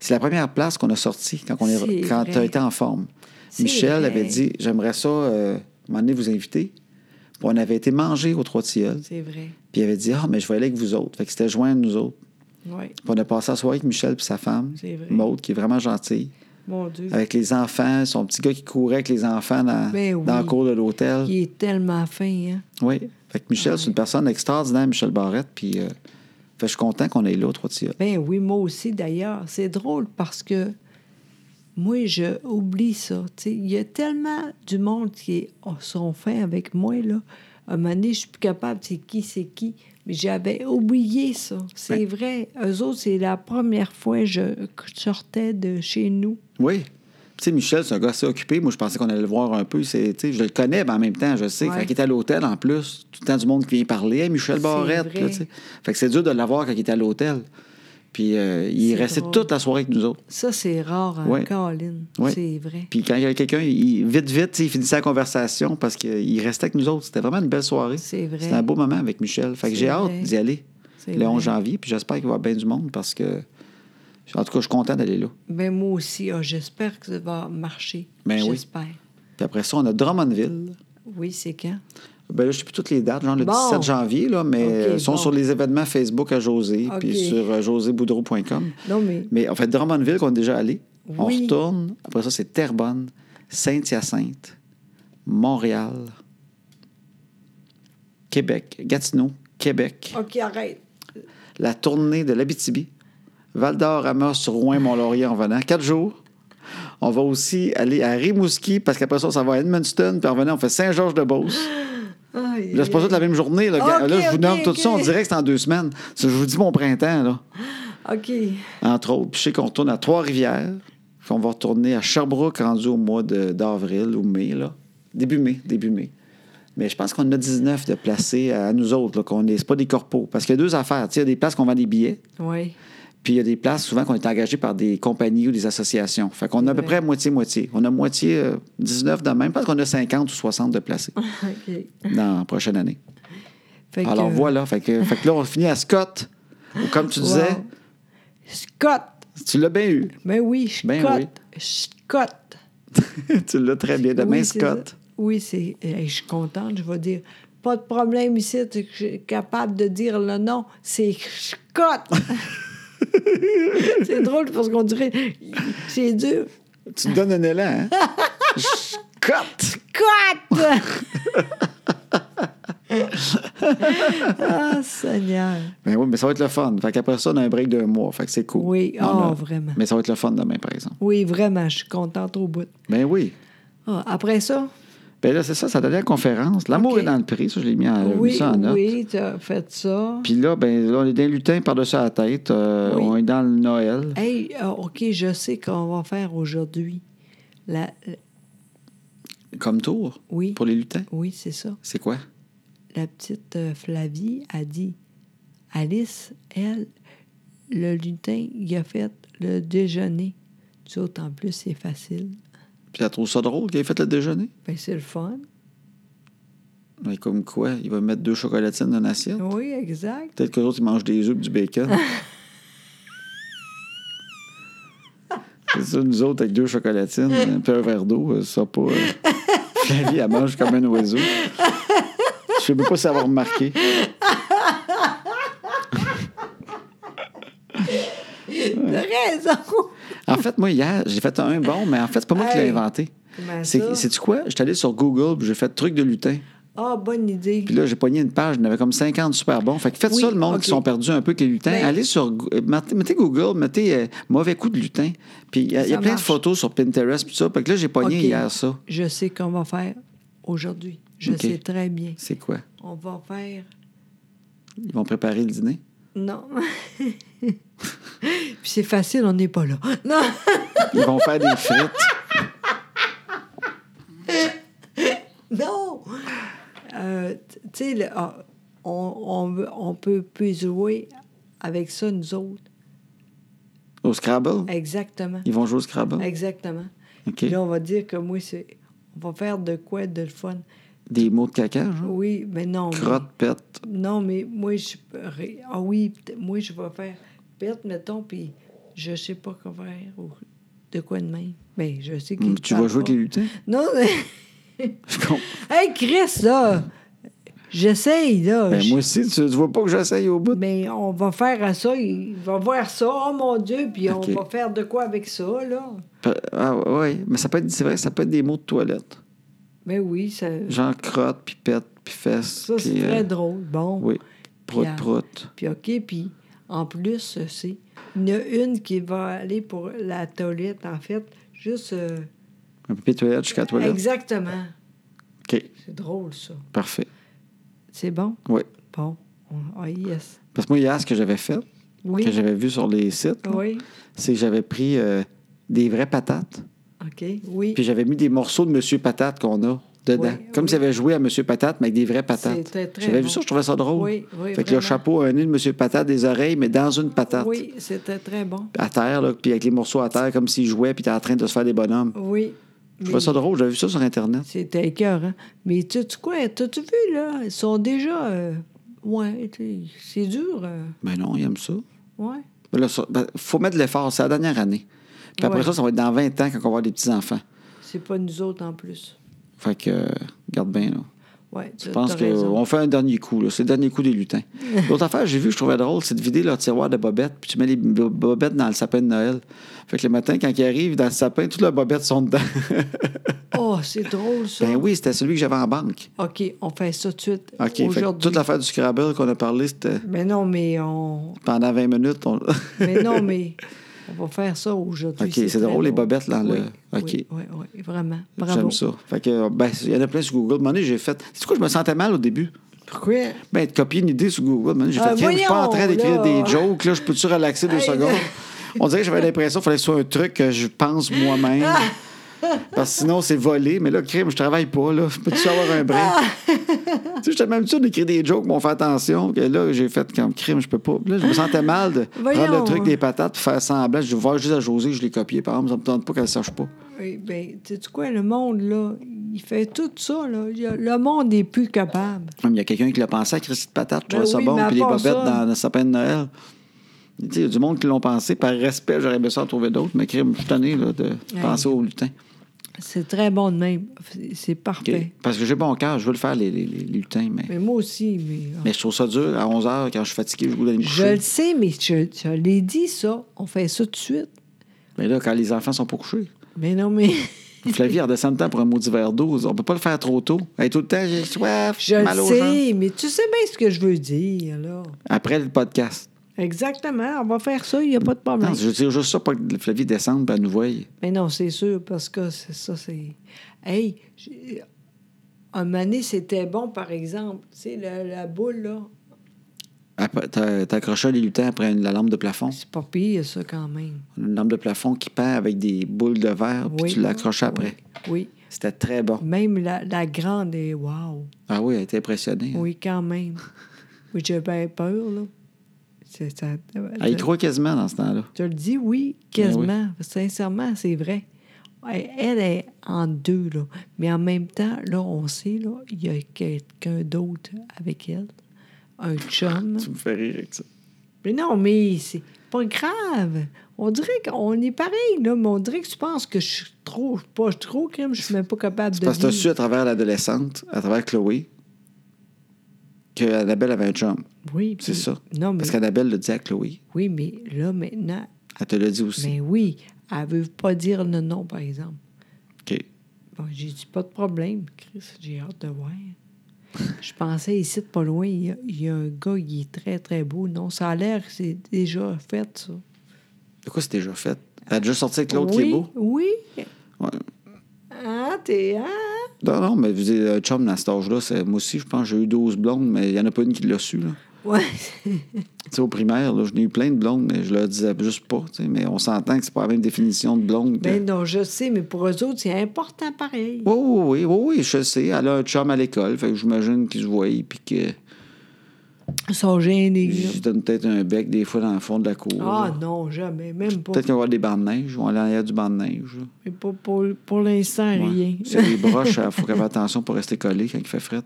[SPEAKER 1] c'est la première place qu'on a sortie quand, on est,
[SPEAKER 2] C'est
[SPEAKER 1] quand
[SPEAKER 2] vrai.
[SPEAKER 1] tu as été en forme.
[SPEAKER 2] C'est
[SPEAKER 1] Michel
[SPEAKER 2] vrai.
[SPEAKER 1] avait dit J'aimerais ça, euh, un moment donné, vous inviter. Puis on avait été manger aux Trois Tilleuls.
[SPEAKER 2] C'est vrai.
[SPEAKER 1] Puis il avait dit Ah, mais je vais aller avec vous autres. Fait que c'était joint à nous autres.
[SPEAKER 2] Oui.
[SPEAKER 1] Puis on a passé la soirée avec Michel et sa femme,
[SPEAKER 2] C'est vrai.
[SPEAKER 1] Maude, qui est vraiment gentille,
[SPEAKER 2] Mon Dieu.
[SPEAKER 1] avec les enfants, son petit gars qui courait avec les enfants dans,
[SPEAKER 2] Ben oui.
[SPEAKER 1] dans la cour de l'hôtel.
[SPEAKER 2] Il est tellement fin, hein?
[SPEAKER 1] Oui. Fait que Michel, c'est une personne extraordinaire, Michel Barrette. Puis, euh, fait que je suis content qu'on ait là, au trois tilleuls.
[SPEAKER 2] Ben oui, moi aussi d'ailleurs. C'est drôle parce que moi, je oublie ça. tu sais. Il y a tellement du monde qui est- oh, sont fins avec moi. Là. À un moment donné, je suis plus capable, c'est qui, c'est qui. Mais j'avais oublié ça. C'est vrai. Eux autres, c'est la première fois je, que je sortais de chez nous.
[SPEAKER 1] Oui. Tu sais, Michel, c'est un gars assez occupé. Moi, je pensais qu'on allait le voir un peu. C'est, tu sais, je le connais, mais en même temps, je sais.
[SPEAKER 2] Ouais.
[SPEAKER 1] Quand il est à l'hôtel, en plus, tout le temps du monde qui vient parler. Hey, Michel
[SPEAKER 2] C'est
[SPEAKER 1] Barrette.
[SPEAKER 2] vrai.
[SPEAKER 1] là, tu sais. fait que c'est dur de l'avoir quand il est à l'hôtel. Puis, euh, il est
[SPEAKER 2] C'est
[SPEAKER 1] resté
[SPEAKER 2] drôle.
[SPEAKER 1] toute la soirée avec nous autres.
[SPEAKER 2] Ça, c'est rare en
[SPEAKER 1] Ouais.
[SPEAKER 2] Caroline.
[SPEAKER 1] Ouais.
[SPEAKER 2] C'est vrai.
[SPEAKER 1] Puis, quand il y avait quelqu'un, il, vite, vite, tu sais, il finissait la conversation parce qu'il restait avec nous autres. C'était vraiment une belle soirée.
[SPEAKER 2] C'est vrai.
[SPEAKER 1] C'était un beau moment avec Michel. Fait que
[SPEAKER 2] C'est
[SPEAKER 1] j'ai
[SPEAKER 2] vrai.
[SPEAKER 1] hâte d'y aller.
[SPEAKER 2] C'est
[SPEAKER 1] le 11
[SPEAKER 2] vrai.
[SPEAKER 1] janvier, puis j'espère qu'il va y avoir bien du monde parce que. En tout cas, je suis content d'aller là.
[SPEAKER 2] Ben moi aussi, ah, j'espère que ça va marcher.
[SPEAKER 1] Ben oui.
[SPEAKER 2] j'espère.
[SPEAKER 1] Puis après ça, on a Drummondville.
[SPEAKER 2] Oui, c'est quand?
[SPEAKER 1] Ben là, je sais plus toutes les dates, genre le
[SPEAKER 2] Bon.
[SPEAKER 1] 17 janvier, là, mais
[SPEAKER 2] Ok,
[SPEAKER 1] euh, ils sont
[SPEAKER 2] bon.
[SPEAKER 1] sur les événements Facebook à José,
[SPEAKER 2] Ok.
[SPEAKER 1] puis sur euh, joséboudreau.com.
[SPEAKER 2] Non, mais
[SPEAKER 1] Mais en fait, Drummondville, qu'on est déjà allé, on
[SPEAKER 2] Oui.
[SPEAKER 1] retourne. Après ça, c'est Terrebonne, Saint-Hyacinthe, Montréal, Québec, Gatineau, Québec,
[SPEAKER 2] OK, arrête.
[SPEAKER 1] la tournée de l'Abitibi, Val d'Or, Amos, Rouen, Mont-Laurier en venant, quatre jours. On va aussi aller à Rimouski, parce qu'après ça, ça va à Edmundston, puis en venant, on fait Saint-Georges-de-Beauce.
[SPEAKER 2] Aïe,
[SPEAKER 1] Là, c'est pas ça de la même journée. Là,
[SPEAKER 2] Ok,
[SPEAKER 1] Là, je vous
[SPEAKER 2] ok,
[SPEAKER 1] nomme tout
[SPEAKER 2] ok.
[SPEAKER 1] ça, on dirait que c'est en deux semaines. Ça, Je vous dis mon printemps, là,
[SPEAKER 2] OK.
[SPEAKER 1] entre autres. Puis je sais qu'on retourne à Trois-Rivières, qu'on va retourner à Sherbrooke, rendu au mois de- d'avril ou mai, là. Début mai, début mai. Mais je pense qu'on en a 19 de placés à nous autres, là, qu'on est, c'est pas des corpos. Parce qu'il y a deux affaires. Tu sais, Il y a des places qu'on vend des billets,
[SPEAKER 2] Oui.
[SPEAKER 1] puis il y a des places souvent qu'on est engagé par des compagnies ou des associations. Fait qu'on a à peu
[SPEAKER 2] Ouais.
[SPEAKER 1] près moitié-moitié. On a moitié euh, 19 de même, parce qu'on a 50 ou 60 de placés
[SPEAKER 2] OK.
[SPEAKER 1] dans la prochaine année.
[SPEAKER 2] Fait que-
[SPEAKER 1] Alors voilà, fait que, fait que là, on finit à Scott. Ou comme tu disais,
[SPEAKER 2] Wow. Scott!
[SPEAKER 1] tu l'as bien
[SPEAKER 2] (laughs)
[SPEAKER 1] eu.
[SPEAKER 2] Ben oui, Scott.
[SPEAKER 1] Ben oui.
[SPEAKER 2] Scott.
[SPEAKER 1] tu l'as très bien. Demain,
[SPEAKER 2] Oui, c'est
[SPEAKER 1] Scott.
[SPEAKER 2] ça. Oui, c'est. eh, Je suis contente, je vais dire. Pas de problème ici, tu je suis capable de dire le nom. C'est
[SPEAKER 1] (laughs)
[SPEAKER 2] Scott! c'est drôle parce qu'on dirait. C'est dur.
[SPEAKER 1] Tu me donnes un élan,
[SPEAKER 2] (laughs)
[SPEAKER 1] hein? Scott! (laughs)
[SPEAKER 2] Scott! ah, Seigneur.
[SPEAKER 1] Ben oui, mais ça va être le fun. Fait qu'après ça, on a un break d'un mois. Fait que c'est cool.
[SPEAKER 2] Oui,
[SPEAKER 1] On
[SPEAKER 2] oh,
[SPEAKER 1] a-
[SPEAKER 2] vraiment.
[SPEAKER 1] Mais ça va être le fun demain, par exemple.
[SPEAKER 2] Oui, vraiment, je suis contente au bout.
[SPEAKER 1] Ben oui.
[SPEAKER 2] Ah, après ça,
[SPEAKER 1] Ben là, c'est ça, ça donnait la conférence. L'amour
[SPEAKER 2] Ok.
[SPEAKER 1] est dans le prix, ça, je l'ai mis, en, mis
[SPEAKER 2] oui,
[SPEAKER 1] ça en note.
[SPEAKER 2] oui, tu as fait ça.
[SPEAKER 1] Puis là, ben, là, on est dans le lutin par-dessus la tête. Euh,
[SPEAKER 2] Oui.
[SPEAKER 1] On est dans le Noël.
[SPEAKER 2] Hey, ah, OK, je sais qu'on va faire aujourd'hui. La... la-
[SPEAKER 1] Comme tour.
[SPEAKER 2] Oui.
[SPEAKER 1] Pour les lutins.
[SPEAKER 2] Oui, c'est ça.
[SPEAKER 1] C'est quoi?
[SPEAKER 2] La petite euh, Flavie a dit Alice, elle, le lutin, il a fait le déjeuner. Tu sais, en plus, c'est facile.
[SPEAKER 1] Puis elle trouve ça drôle qu'il ait fait le déjeuner.
[SPEAKER 2] Ben, c'est le fun.
[SPEAKER 1] Mais comme quoi, il va mettre deux chocolatines dans l'assiette.
[SPEAKER 2] Oui, exact. (laughs)
[SPEAKER 1] Peut-être que autres, ils mangent des œufs et du bacon. C'est ça, nous autres, avec deux chocolatines, un peu un verre d'eau, euh, ça pas.
[SPEAKER 2] (laughs)
[SPEAKER 1] euh, Flavie, elle mange comme un oiseau. Je ne sais pas si avoir remarqué.
[SPEAKER 2] T'as raison.
[SPEAKER 1] En fait, moi, hier, j'ai fait un bon, mais en fait, c'est pas moi qui l'ai
[SPEAKER 2] Hey.
[SPEAKER 1] inventé.
[SPEAKER 2] Comment
[SPEAKER 1] C'est
[SPEAKER 2] ça?
[SPEAKER 1] sais-tu quoi? J'étais allé sur Google, puis j'ai fait truc de lutin.
[SPEAKER 2] Ah, bonne idée.
[SPEAKER 1] Puis là, j'ai pogné une page, il y en avait comme 50 super bons. Fait que faites
[SPEAKER 2] Oui,
[SPEAKER 1] ça, le monde
[SPEAKER 2] ok.
[SPEAKER 1] qui sont perdus un peu avec les lutins.
[SPEAKER 2] Ben-
[SPEAKER 1] Allez sur. Go- euh, mettez- Mettez Google, mettez euh, mauvais coup de lutin. Puis euh, il y a, il y a
[SPEAKER 2] Ça
[SPEAKER 1] plein de
[SPEAKER 2] marche.
[SPEAKER 1] photos sur Pinterest, puis tout ça. Fait que là, j'ai pogné
[SPEAKER 2] OK.
[SPEAKER 1] hier ça.
[SPEAKER 2] Je sais qu'on va faire aujourd'hui. Je
[SPEAKER 1] OK.
[SPEAKER 2] sais très bien.
[SPEAKER 1] C'est quoi?
[SPEAKER 2] On va faire.
[SPEAKER 1] Ils vont préparer le dîner?
[SPEAKER 2] Non. (laughs) Puis c'est facile, on n'est pas là. (laughs) Non.
[SPEAKER 1] Ils vont faire des frites.
[SPEAKER 2] Non! Euh, t- tu sais, le- ah, on, on, veut- on peut plus jouer avec ça, nous autres.
[SPEAKER 1] Au Scrabble?
[SPEAKER 2] Exactement.
[SPEAKER 1] Ils vont jouer au Scrabble?
[SPEAKER 2] Exactement.
[SPEAKER 1] OK.
[SPEAKER 2] Puis là, on va dire que moi, c'est. On va faire de quoi de le fun?
[SPEAKER 1] Des mots de caca, genre?
[SPEAKER 2] Oui, mais non. mais-
[SPEAKER 1] Crotte, pète.
[SPEAKER 2] non, mais moi, je. ré- Ah oui, peut- moi, je vais faire perte, mettons, puis je sais pas quoi faire ou de quoi de même. Ben, je sais qu'il
[SPEAKER 1] Tu
[SPEAKER 2] parle
[SPEAKER 1] vas jouer
[SPEAKER 2] pas.
[SPEAKER 1] avec les lutins?
[SPEAKER 2] Non, mais.
[SPEAKER 1] Je comprends.
[SPEAKER 2] hey, Chris, là! J'essaye, là!
[SPEAKER 1] Ben,
[SPEAKER 2] Je-
[SPEAKER 1] moi aussi, tu, tu vois pas que j'essaye au bout?
[SPEAKER 2] Mais on va faire à ça, il va voir ça, oh mon Dieu, puis
[SPEAKER 1] OK.
[SPEAKER 2] on va faire de quoi avec ça, là?
[SPEAKER 1] Ah oui, mais ça peut être, c'est vrai, ça peut être des mots de toilette.
[SPEAKER 2] Mais oui, ça,
[SPEAKER 1] Genre crotte, puis pète, puis fesse.
[SPEAKER 2] ça c'est
[SPEAKER 1] puis, euh,
[SPEAKER 2] très drôle. Bon.
[SPEAKER 1] Oui. Prout,
[SPEAKER 2] Puis, euh,
[SPEAKER 1] prout.
[SPEAKER 2] Puis OK, puis en plus, euh, c'est. Il y en a une qui va aller pour la toilette, en fait, juste. euh,
[SPEAKER 1] Un papier toilette jusqu'à la toilette.
[SPEAKER 2] Exactement.
[SPEAKER 1] OK,
[SPEAKER 2] C'est drôle, ça.
[SPEAKER 1] parfait.
[SPEAKER 2] C'est bon?
[SPEAKER 1] Oui.
[SPEAKER 2] Bon. On- Ah, yes.
[SPEAKER 1] Parce que moi, hier, ce que j'avais fait,
[SPEAKER 2] Oui.
[SPEAKER 1] que j'avais vu sur les sites, là,
[SPEAKER 2] Oui.
[SPEAKER 1] c'est que j'avais pris euh, des vraies patates,
[SPEAKER 2] OK. Oui.
[SPEAKER 1] puis j'avais mis des morceaux de Monsieur Patate qu'on a dedans.
[SPEAKER 2] Oui,
[SPEAKER 1] Comme
[SPEAKER 2] oui.
[SPEAKER 1] s'il avait joué à Monsieur Patate, mais avec des vraies patates.
[SPEAKER 2] C'était très
[SPEAKER 1] J'avais vu
[SPEAKER 2] bon.
[SPEAKER 1] ça, je trouvais ça drôle.
[SPEAKER 2] Oui, oui,
[SPEAKER 1] fait que le
[SPEAKER 2] vraiment.
[SPEAKER 1] chapeau, un nez de Monsieur Patate, des oreilles, mais dans une patate.
[SPEAKER 2] Oui, c'était très bon.
[SPEAKER 1] À terre, là, puis avec les morceaux à terre, comme s'il jouait, puis t'es en train de se faire des bonhommes.
[SPEAKER 2] Oui.
[SPEAKER 1] Je trouvais ça drôle, j'avais vu ça sur Internet.
[SPEAKER 2] C'était écœurant. hein. Mais tu sais quoi, t'as-tu vu, là? Ils sont déjà... euh, ouais, tu sais, c'est dur. euh,
[SPEAKER 1] Ben non, il aime ça.
[SPEAKER 2] ouais.
[SPEAKER 1] Il ben, faut mettre de l'effort, c'est la dernière année. Puis après
[SPEAKER 2] Ouais.
[SPEAKER 1] ça, ça va être dans 20 ans quand on va avoir des petits-enfants.
[SPEAKER 2] C'est pas nous autres, en plus.
[SPEAKER 1] Fait que, euh, garde bien, là.
[SPEAKER 2] Ouais, tu
[SPEAKER 1] Je pense
[SPEAKER 2] t'as raison.
[SPEAKER 1] qu'on fait un dernier coup, là. C'est le dernier coup des
[SPEAKER 2] (laughs)
[SPEAKER 1] lutins. L'autre affaire, j'ai vu que je trouvais drôle, c'est de vider leur tiroir de bobettes, puis tu mets les bo- bobettes dans le sapin de Noël. Fait que le matin, quand ils arrivent dans le sapin, toutes leurs bobettes sont
[SPEAKER 2] (laughs)
[SPEAKER 1] dedans.
[SPEAKER 2] Oh, c'est drôle, ça.
[SPEAKER 1] ben oui, c'était celui que j'avais en banque.
[SPEAKER 2] OK, on fait ça tout de suite.
[SPEAKER 1] OK. Fait que
[SPEAKER 2] Aujourd'hui.
[SPEAKER 1] toute l'affaire du Scrabble qu'on a parlé, c'était
[SPEAKER 2] Mais non, mais on...
[SPEAKER 1] pendant 20 minutes. on-
[SPEAKER 2] Mais non, mais on va faire ça aujourd'hui.
[SPEAKER 1] OK, c'est drôle, les bobettes, là,
[SPEAKER 2] Oui,
[SPEAKER 1] le- OK.
[SPEAKER 2] oui, oui, oui, vraiment.
[SPEAKER 1] (laughs)
[SPEAKER 2] Bravo.
[SPEAKER 1] J'aime ça. Fait que, ben, il y en a plein sur Google. À un moment donné, j'ai fait. C'est quoi, je me sentais mal au début.
[SPEAKER 2] Pourquoi?
[SPEAKER 1] Ben, de copier une idée sur Google. man. J'ai
[SPEAKER 2] Ah,
[SPEAKER 1] fait, Crime, je suis pas en train
[SPEAKER 2] voyons,
[SPEAKER 1] d'écrire
[SPEAKER 2] là.
[SPEAKER 1] des jokes, là, je peux-tu relaxer deux
[SPEAKER 2] Hey, (laughs)
[SPEAKER 1] secondes?
[SPEAKER 2] là.
[SPEAKER 1] On dirait que j'avais l'impression qu'il fallait que ce soit un truc que je pense moi-même.
[SPEAKER 2] Ah.
[SPEAKER 1] Parce que sinon, c'est volé. Mais là, crime, je travaille pas, là. Peux-tu avoir un break?
[SPEAKER 2] Ah.
[SPEAKER 1] tu sais, j'étais même sûr d'écrire des jokes, mais on fait attention. Que là, j'ai fait comme crime, je peux pas. Là, je me sentais mal de prendre le
[SPEAKER 2] Voyons.
[SPEAKER 1] truc des patates pour faire semblant. Je vais voir juste à José, je l'ai copié. Par exemple, ça me tente pas qu'elle sache pas.
[SPEAKER 2] Oui, ben, tu sais quoi, le monde, là, il fait tout ça, là. Il y a- Le monde n'est plus capable.
[SPEAKER 1] Comme il y a quelqu'un qui l'a pensé à Christy de Patate, je
[SPEAKER 2] Ben
[SPEAKER 1] trouvais ça
[SPEAKER 2] oui,
[SPEAKER 1] bon,
[SPEAKER 2] mais à
[SPEAKER 1] puis les
[SPEAKER 2] part
[SPEAKER 1] bobettes
[SPEAKER 2] ça-
[SPEAKER 1] dans le sapin de Noël. Tu sais, Il y a du monde qui l'ont pensé. Par respect, j'aurais aimé ça en trouver d'autres, mais crime, je suis tanné là, de penser au lutin.
[SPEAKER 2] C'est très bon de même. C'est- C'est
[SPEAKER 1] OK?
[SPEAKER 2] parfait.
[SPEAKER 1] Parce que j'ai bon cœur, je veux le faire, les, les- les- les lutins, mais,
[SPEAKER 2] Mais moi aussi, mais. ah.
[SPEAKER 1] mais je trouve ça dur. À 11 h, quand je suis fatigué, je voulais me
[SPEAKER 2] Je le
[SPEAKER 1] coucher.
[SPEAKER 2] sais, mais je, je l'ai dit, ça. On fait ça tout de suite.
[SPEAKER 1] Mais là, quand les enfants sont pas couchés,
[SPEAKER 2] Mais non, mais. (laughs)
[SPEAKER 1] Flavie, redescend le temps pour un maudit verre d'eau. On peut pas le faire trop tôt. Hey, tout le temps, j'ai soif,
[SPEAKER 2] Je
[SPEAKER 1] j'ai mal
[SPEAKER 2] le
[SPEAKER 1] aux jambes.
[SPEAKER 2] sais, mais tu sais bien ce que je veux dire, là.
[SPEAKER 1] Après le podcast.
[SPEAKER 2] Exactement. On va faire ça, il n'y a pas de problème.
[SPEAKER 1] Non, je veux dire juste ça pour que Flavie descende et elle nous voie.
[SPEAKER 2] Mais non, c'est sûr, parce que c'est ça, c'est. Hey, j'ai- un mané, c'était bon, par exemple. Tu sais, la, la boule, là.
[SPEAKER 1] Après, T'as t'as accroché les lutins après une- la lampe de plafond.
[SPEAKER 2] C'est pas pire, ça, quand même.
[SPEAKER 1] une lampe de plafond qui pend avec des boules de verre, puis
[SPEAKER 2] Oui.
[SPEAKER 1] tu l'accroches après.
[SPEAKER 2] Oui.
[SPEAKER 1] C'était très bon.
[SPEAKER 2] Même la, la grande est. Waouh!
[SPEAKER 1] Ah oui, elle était impressionnée.
[SPEAKER 2] Oui, quand même. Oui, j'avais peur, là. C'est ça.
[SPEAKER 1] Elle y Ah, croit quasiment dans ce temps-là.
[SPEAKER 2] Je le dis, oui,
[SPEAKER 1] Ben
[SPEAKER 2] quasiment. Sincèrement, c'est vrai. Elle elle est en deux, là. Mais en même temps, là, on sait, là, il y a quelqu'un d'autre avec elle. Un chum.
[SPEAKER 1] Tu me fais rire avec ça.
[SPEAKER 2] Mais non, mais c'est pas grave. On dirait qu'on est pareil, là, mais on dirait que tu penses que je suis trop, je suis pas trop crime, je suis même pas capable de.
[SPEAKER 1] Parce que tu as
[SPEAKER 2] vivre.
[SPEAKER 1] su à travers l'adolescente, à travers Chloé, qu'Annabelle avait un chum.
[SPEAKER 2] Oui,
[SPEAKER 1] C'est
[SPEAKER 2] puis-
[SPEAKER 1] ça.
[SPEAKER 2] Non, mais,
[SPEAKER 1] Parce qu'Annabelle le dit à Chloé.
[SPEAKER 2] Oui, mais là, maintenant,
[SPEAKER 1] Elle te l'a dit aussi.
[SPEAKER 2] mais oui, elle veut pas dire le nom, par exemple.
[SPEAKER 1] OK.
[SPEAKER 2] Bon, j'ai dit pas de problème, Chris, j'ai hâte de voir. Je pensais ici, de pas loin, il y, a, il y a un gars, il est très, très beau. Non, ça a l'air que c'est déjà fait, ça.
[SPEAKER 1] De quoi c'est déjà fait? Elle a déjà sorti avec l'autre
[SPEAKER 2] oui,
[SPEAKER 1] qui est beau?
[SPEAKER 2] Oui.
[SPEAKER 1] Ouais.
[SPEAKER 2] Ah, t'es. Ah!
[SPEAKER 1] Non, non, mais vous dites, un chum à cet âge-là, c'est- moi aussi, je pense que j'ai eu 12 blondes, mais il n'y en a pas une qui l'a su. Là.
[SPEAKER 2] Ouais.
[SPEAKER 1] Tu sais, au primaire, là, j'en ai eu plein de blondes, mais je leur disais juste pas. tu sais, Mais on s'entend que c'est pas la même définition de blonde. que-
[SPEAKER 2] (laughs) Ben non, je sais, mais pour eux autres, c'est important pareil.
[SPEAKER 1] Oui, oui, oui, oui, oui, je sais. Elle a un chum à l'école, fait que j'imagine qu'ils se voient, puis que
[SPEAKER 2] Ils sont gênés. là.
[SPEAKER 1] je donne peut-être un bec des fois dans le fond de la cour.
[SPEAKER 2] Ah
[SPEAKER 1] là.
[SPEAKER 2] non, jamais, même pas.
[SPEAKER 1] Peut-être qu'il va y avoir des bancs de neige, ou en arrière du banc de neige. là.
[SPEAKER 2] Mais pas pour, pour l'instant,
[SPEAKER 1] Ouais.
[SPEAKER 2] rien. (laughs)
[SPEAKER 1] C'est les broches, il faut faire attention pour rester collé quand il fait fret.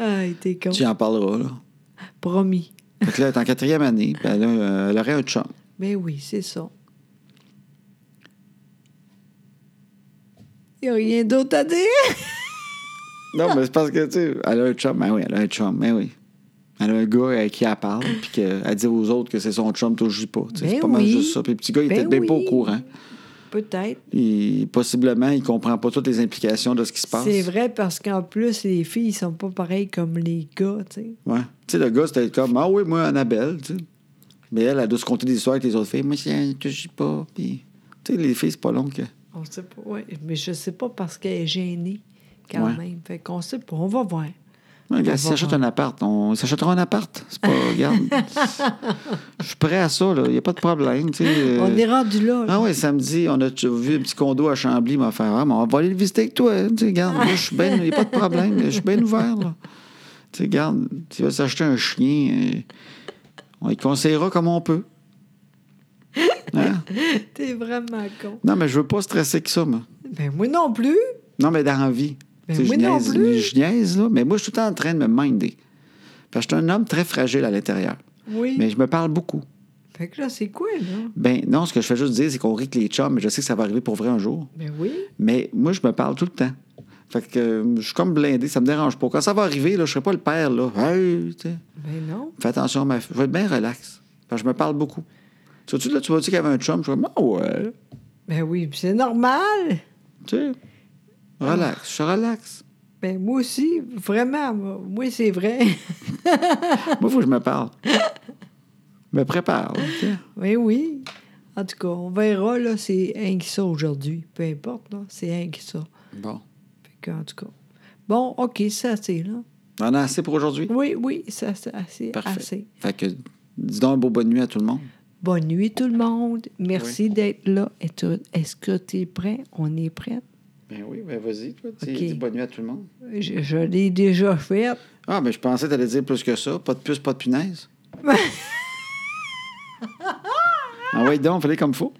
[SPEAKER 2] Aïe, t'es con.
[SPEAKER 1] Tu en parleras, là.
[SPEAKER 2] Promis.
[SPEAKER 1] Fait que là, elle est en quatrième année, puis elle, a, euh, elle aurait un chum.
[SPEAKER 2] Ben oui, c'est ça. Il n'y a rien d'autre à dire.
[SPEAKER 1] Non, mais c'est parce que, tu sais, elle a un chum. Ben oui, elle a un chum, ben oui. Elle a un gars avec qui elle parle, puis qu'elle dit aux autres que c'est son chum, toi, je dis pas. tu sais.
[SPEAKER 2] Ben
[SPEAKER 1] c'est pas mal
[SPEAKER 2] oui.
[SPEAKER 1] juste ça. Puis le petit gars, il
[SPEAKER 2] Ben
[SPEAKER 1] était bien pas au
[SPEAKER 2] oui.
[SPEAKER 1] courant.
[SPEAKER 2] Peut-être.
[SPEAKER 1] Et possiblement, il comprend pas toutes les implications de ce qui se passe.
[SPEAKER 2] C'est vrai parce qu'en plus, les filles sont pas pareilles comme les gars, tu sais.
[SPEAKER 1] Ouais. Tu sais, le gars, c'était comme, ah oui, moi, Annabelle, tu sais. Mais elle, elle doit se conter des histoires avec les autres filles. Moi, c'est un, je dis pas. Puis, tu sais, les filles, c'est pas long que.
[SPEAKER 2] On sait pas. Ouais, mais je sais pas parce qu'elle est gênée quand
[SPEAKER 1] Ouais. Euh,
[SPEAKER 2] même. Fait qu'on sait pas. On va voir.
[SPEAKER 1] Ouais,
[SPEAKER 2] va
[SPEAKER 1] gars, s'il s'achète
[SPEAKER 2] voir.
[SPEAKER 1] un appart, on il s'achètera un appart. C'est pas.
[SPEAKER 2] (laughs)
[SPEAKER 1] Regarde. Je suis prêt à ça, là. Il n'y a pas de problème, tu sais. euh.
[SPEAKER 2] On est rendu là. là.
[SPEAKER 1] Ah ouais, samedi, on a tu- vu un petit condo à Chambly, m'a fait ah, mais on va aller le visiter avec toi. hein. Tu sais, regarde, moi, je suis bien, il n'y a pas de problème, je suis bien ouvert. Là. Tu sais, regarde, tu vas s'acheter un chien, euh, on y conseillera comme on peut. Hein?
[SPEAKER 2] T'es vraiment con.
[SPEAKER 1] Non, mais je veux pas stresser que ça, moi.
[SPEAKER 2] Ben moi non plus.
[SPEAKER 1] Non, mais dans la vie. Tu
[SPEAKER 2] Ben
[SPEAKER 1] sais, je
[SPEAKER 2] moi non
[SPEAKER 1] niaise,
[SPEAKER 2] plus.
[SPEAKER 1] je niaise, là, mais moi, je suis tout le temps en train de me minder. Parce que je suis un homme très fragile à l'intérieur.
[SPEAKER 2] Oui.
[SPEAKER 1] Mais je me parle beaucoup.
[SPEAKER 2] Fait que là, c'est quoi, là?
[SPEAKER 1] Ben non, ce que je fais juste dire, c'est qu'on rit que les chums, mais je sais que ça va arriver pour vrai un jour.
[SPEAKER 2] Ben oui.
[SPEAKER 1] Mais moi, je me parle tout le temps. Fait que euh, je suis comme blindé, ça me dérange pas. Quand ça va arriver, là, je serai pas le père, là. Hey, tu sais.
[SPEAKER 2] Ben non.
[SPEAKER 1] fais attention à ma fille. Je vais être bien relax. Parce que je me parle beaucoup. Tu vois-tu, là, tu vois qu'il y avait un chum? Je suis comme, ah ouais.
[SPEAKER 2] Ben oui, puis c'est normal.
[SPEAKER 1] Tu sais, relax. Je suis (laughs) relax.
[SPEAKER 2] Ben moi aussi, vraiment. moi- Moi, c'est vrai.
[SPEAKER 1] Moi, il faut que je me parle. Je me prépare. là, tu sais.
[SPEAKER 2] ben oui. En tout cas, on verra, là, c'est un qui ça aujourd'hui. Peu importe, là, c'est un qui ça.
[SPEAKER 1] Bon.
[SPEAKER 2] Fait que, en tout cas. Bon, OK, ça, c'est là.
[SPEAKER 1] On en a assez pour aujourd'hui?
[SPEAKER 2] Oui, oui, ça, c'est assez.
[SPEAKER 1] Parfait.
[SPEAKER 2] assez.
[SPEAKER 1] Fait que, dis donc un beau bonne nuit à tout le monde.
[SPEAKER 2] Bonne nuit, tout le monde. Merci d'être là. Et tu- Est-ce que tu es prêt? On est prêt?
[SPEAKER 1] Ben oui, ben vas-y, toi.
[SPEAKER 2] dis bonne
[SPEAKER 1] nuit à tout le monde.
[SPEAKER 2] Je, je l'ai déjà fait.
[SPEAKER 1] Ah, ben je pensais que t'allais dire plus que ça. Pas de puce, pas de punaise. ah ouais, donc, fallait comme faut.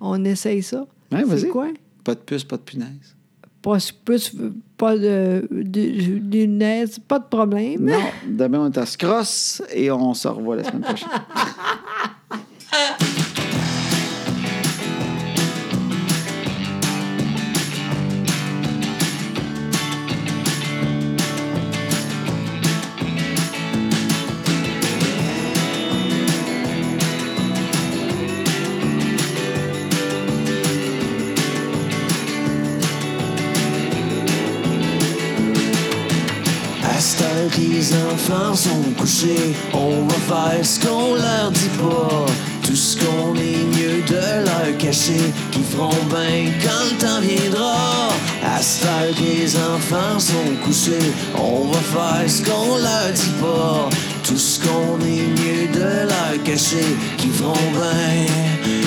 [SPEAKER 2] On essaye ça.
[SPEAKER 1] Ouais,
[SPEAKER 2] c'est
[SPEAKER 1] vas-y.
[SPEAKER 2] quoi?
[SPEAKER 1] Pas de puce, pas de punaise.
[SPEAKER 2] Pas, plus, pas de, de- de lunettes, pas de problème.
[SPEAKER 1] Non, demain on est à Scross et on se revoit la semaine prochaine.
[SPEAKER 3] À cette heure que les enfants sont couchés, on va faire ce qu'on leur dit pas. Tout ce qu'on est mieux de leur cacher, qu'ils feront bien quand le temps viendra. À cette heure que les enfants sont couchés, on va faire ce qu'on leur dit pas. Tout ce qu'on est mieux de leur cacher, qu'ils feront bien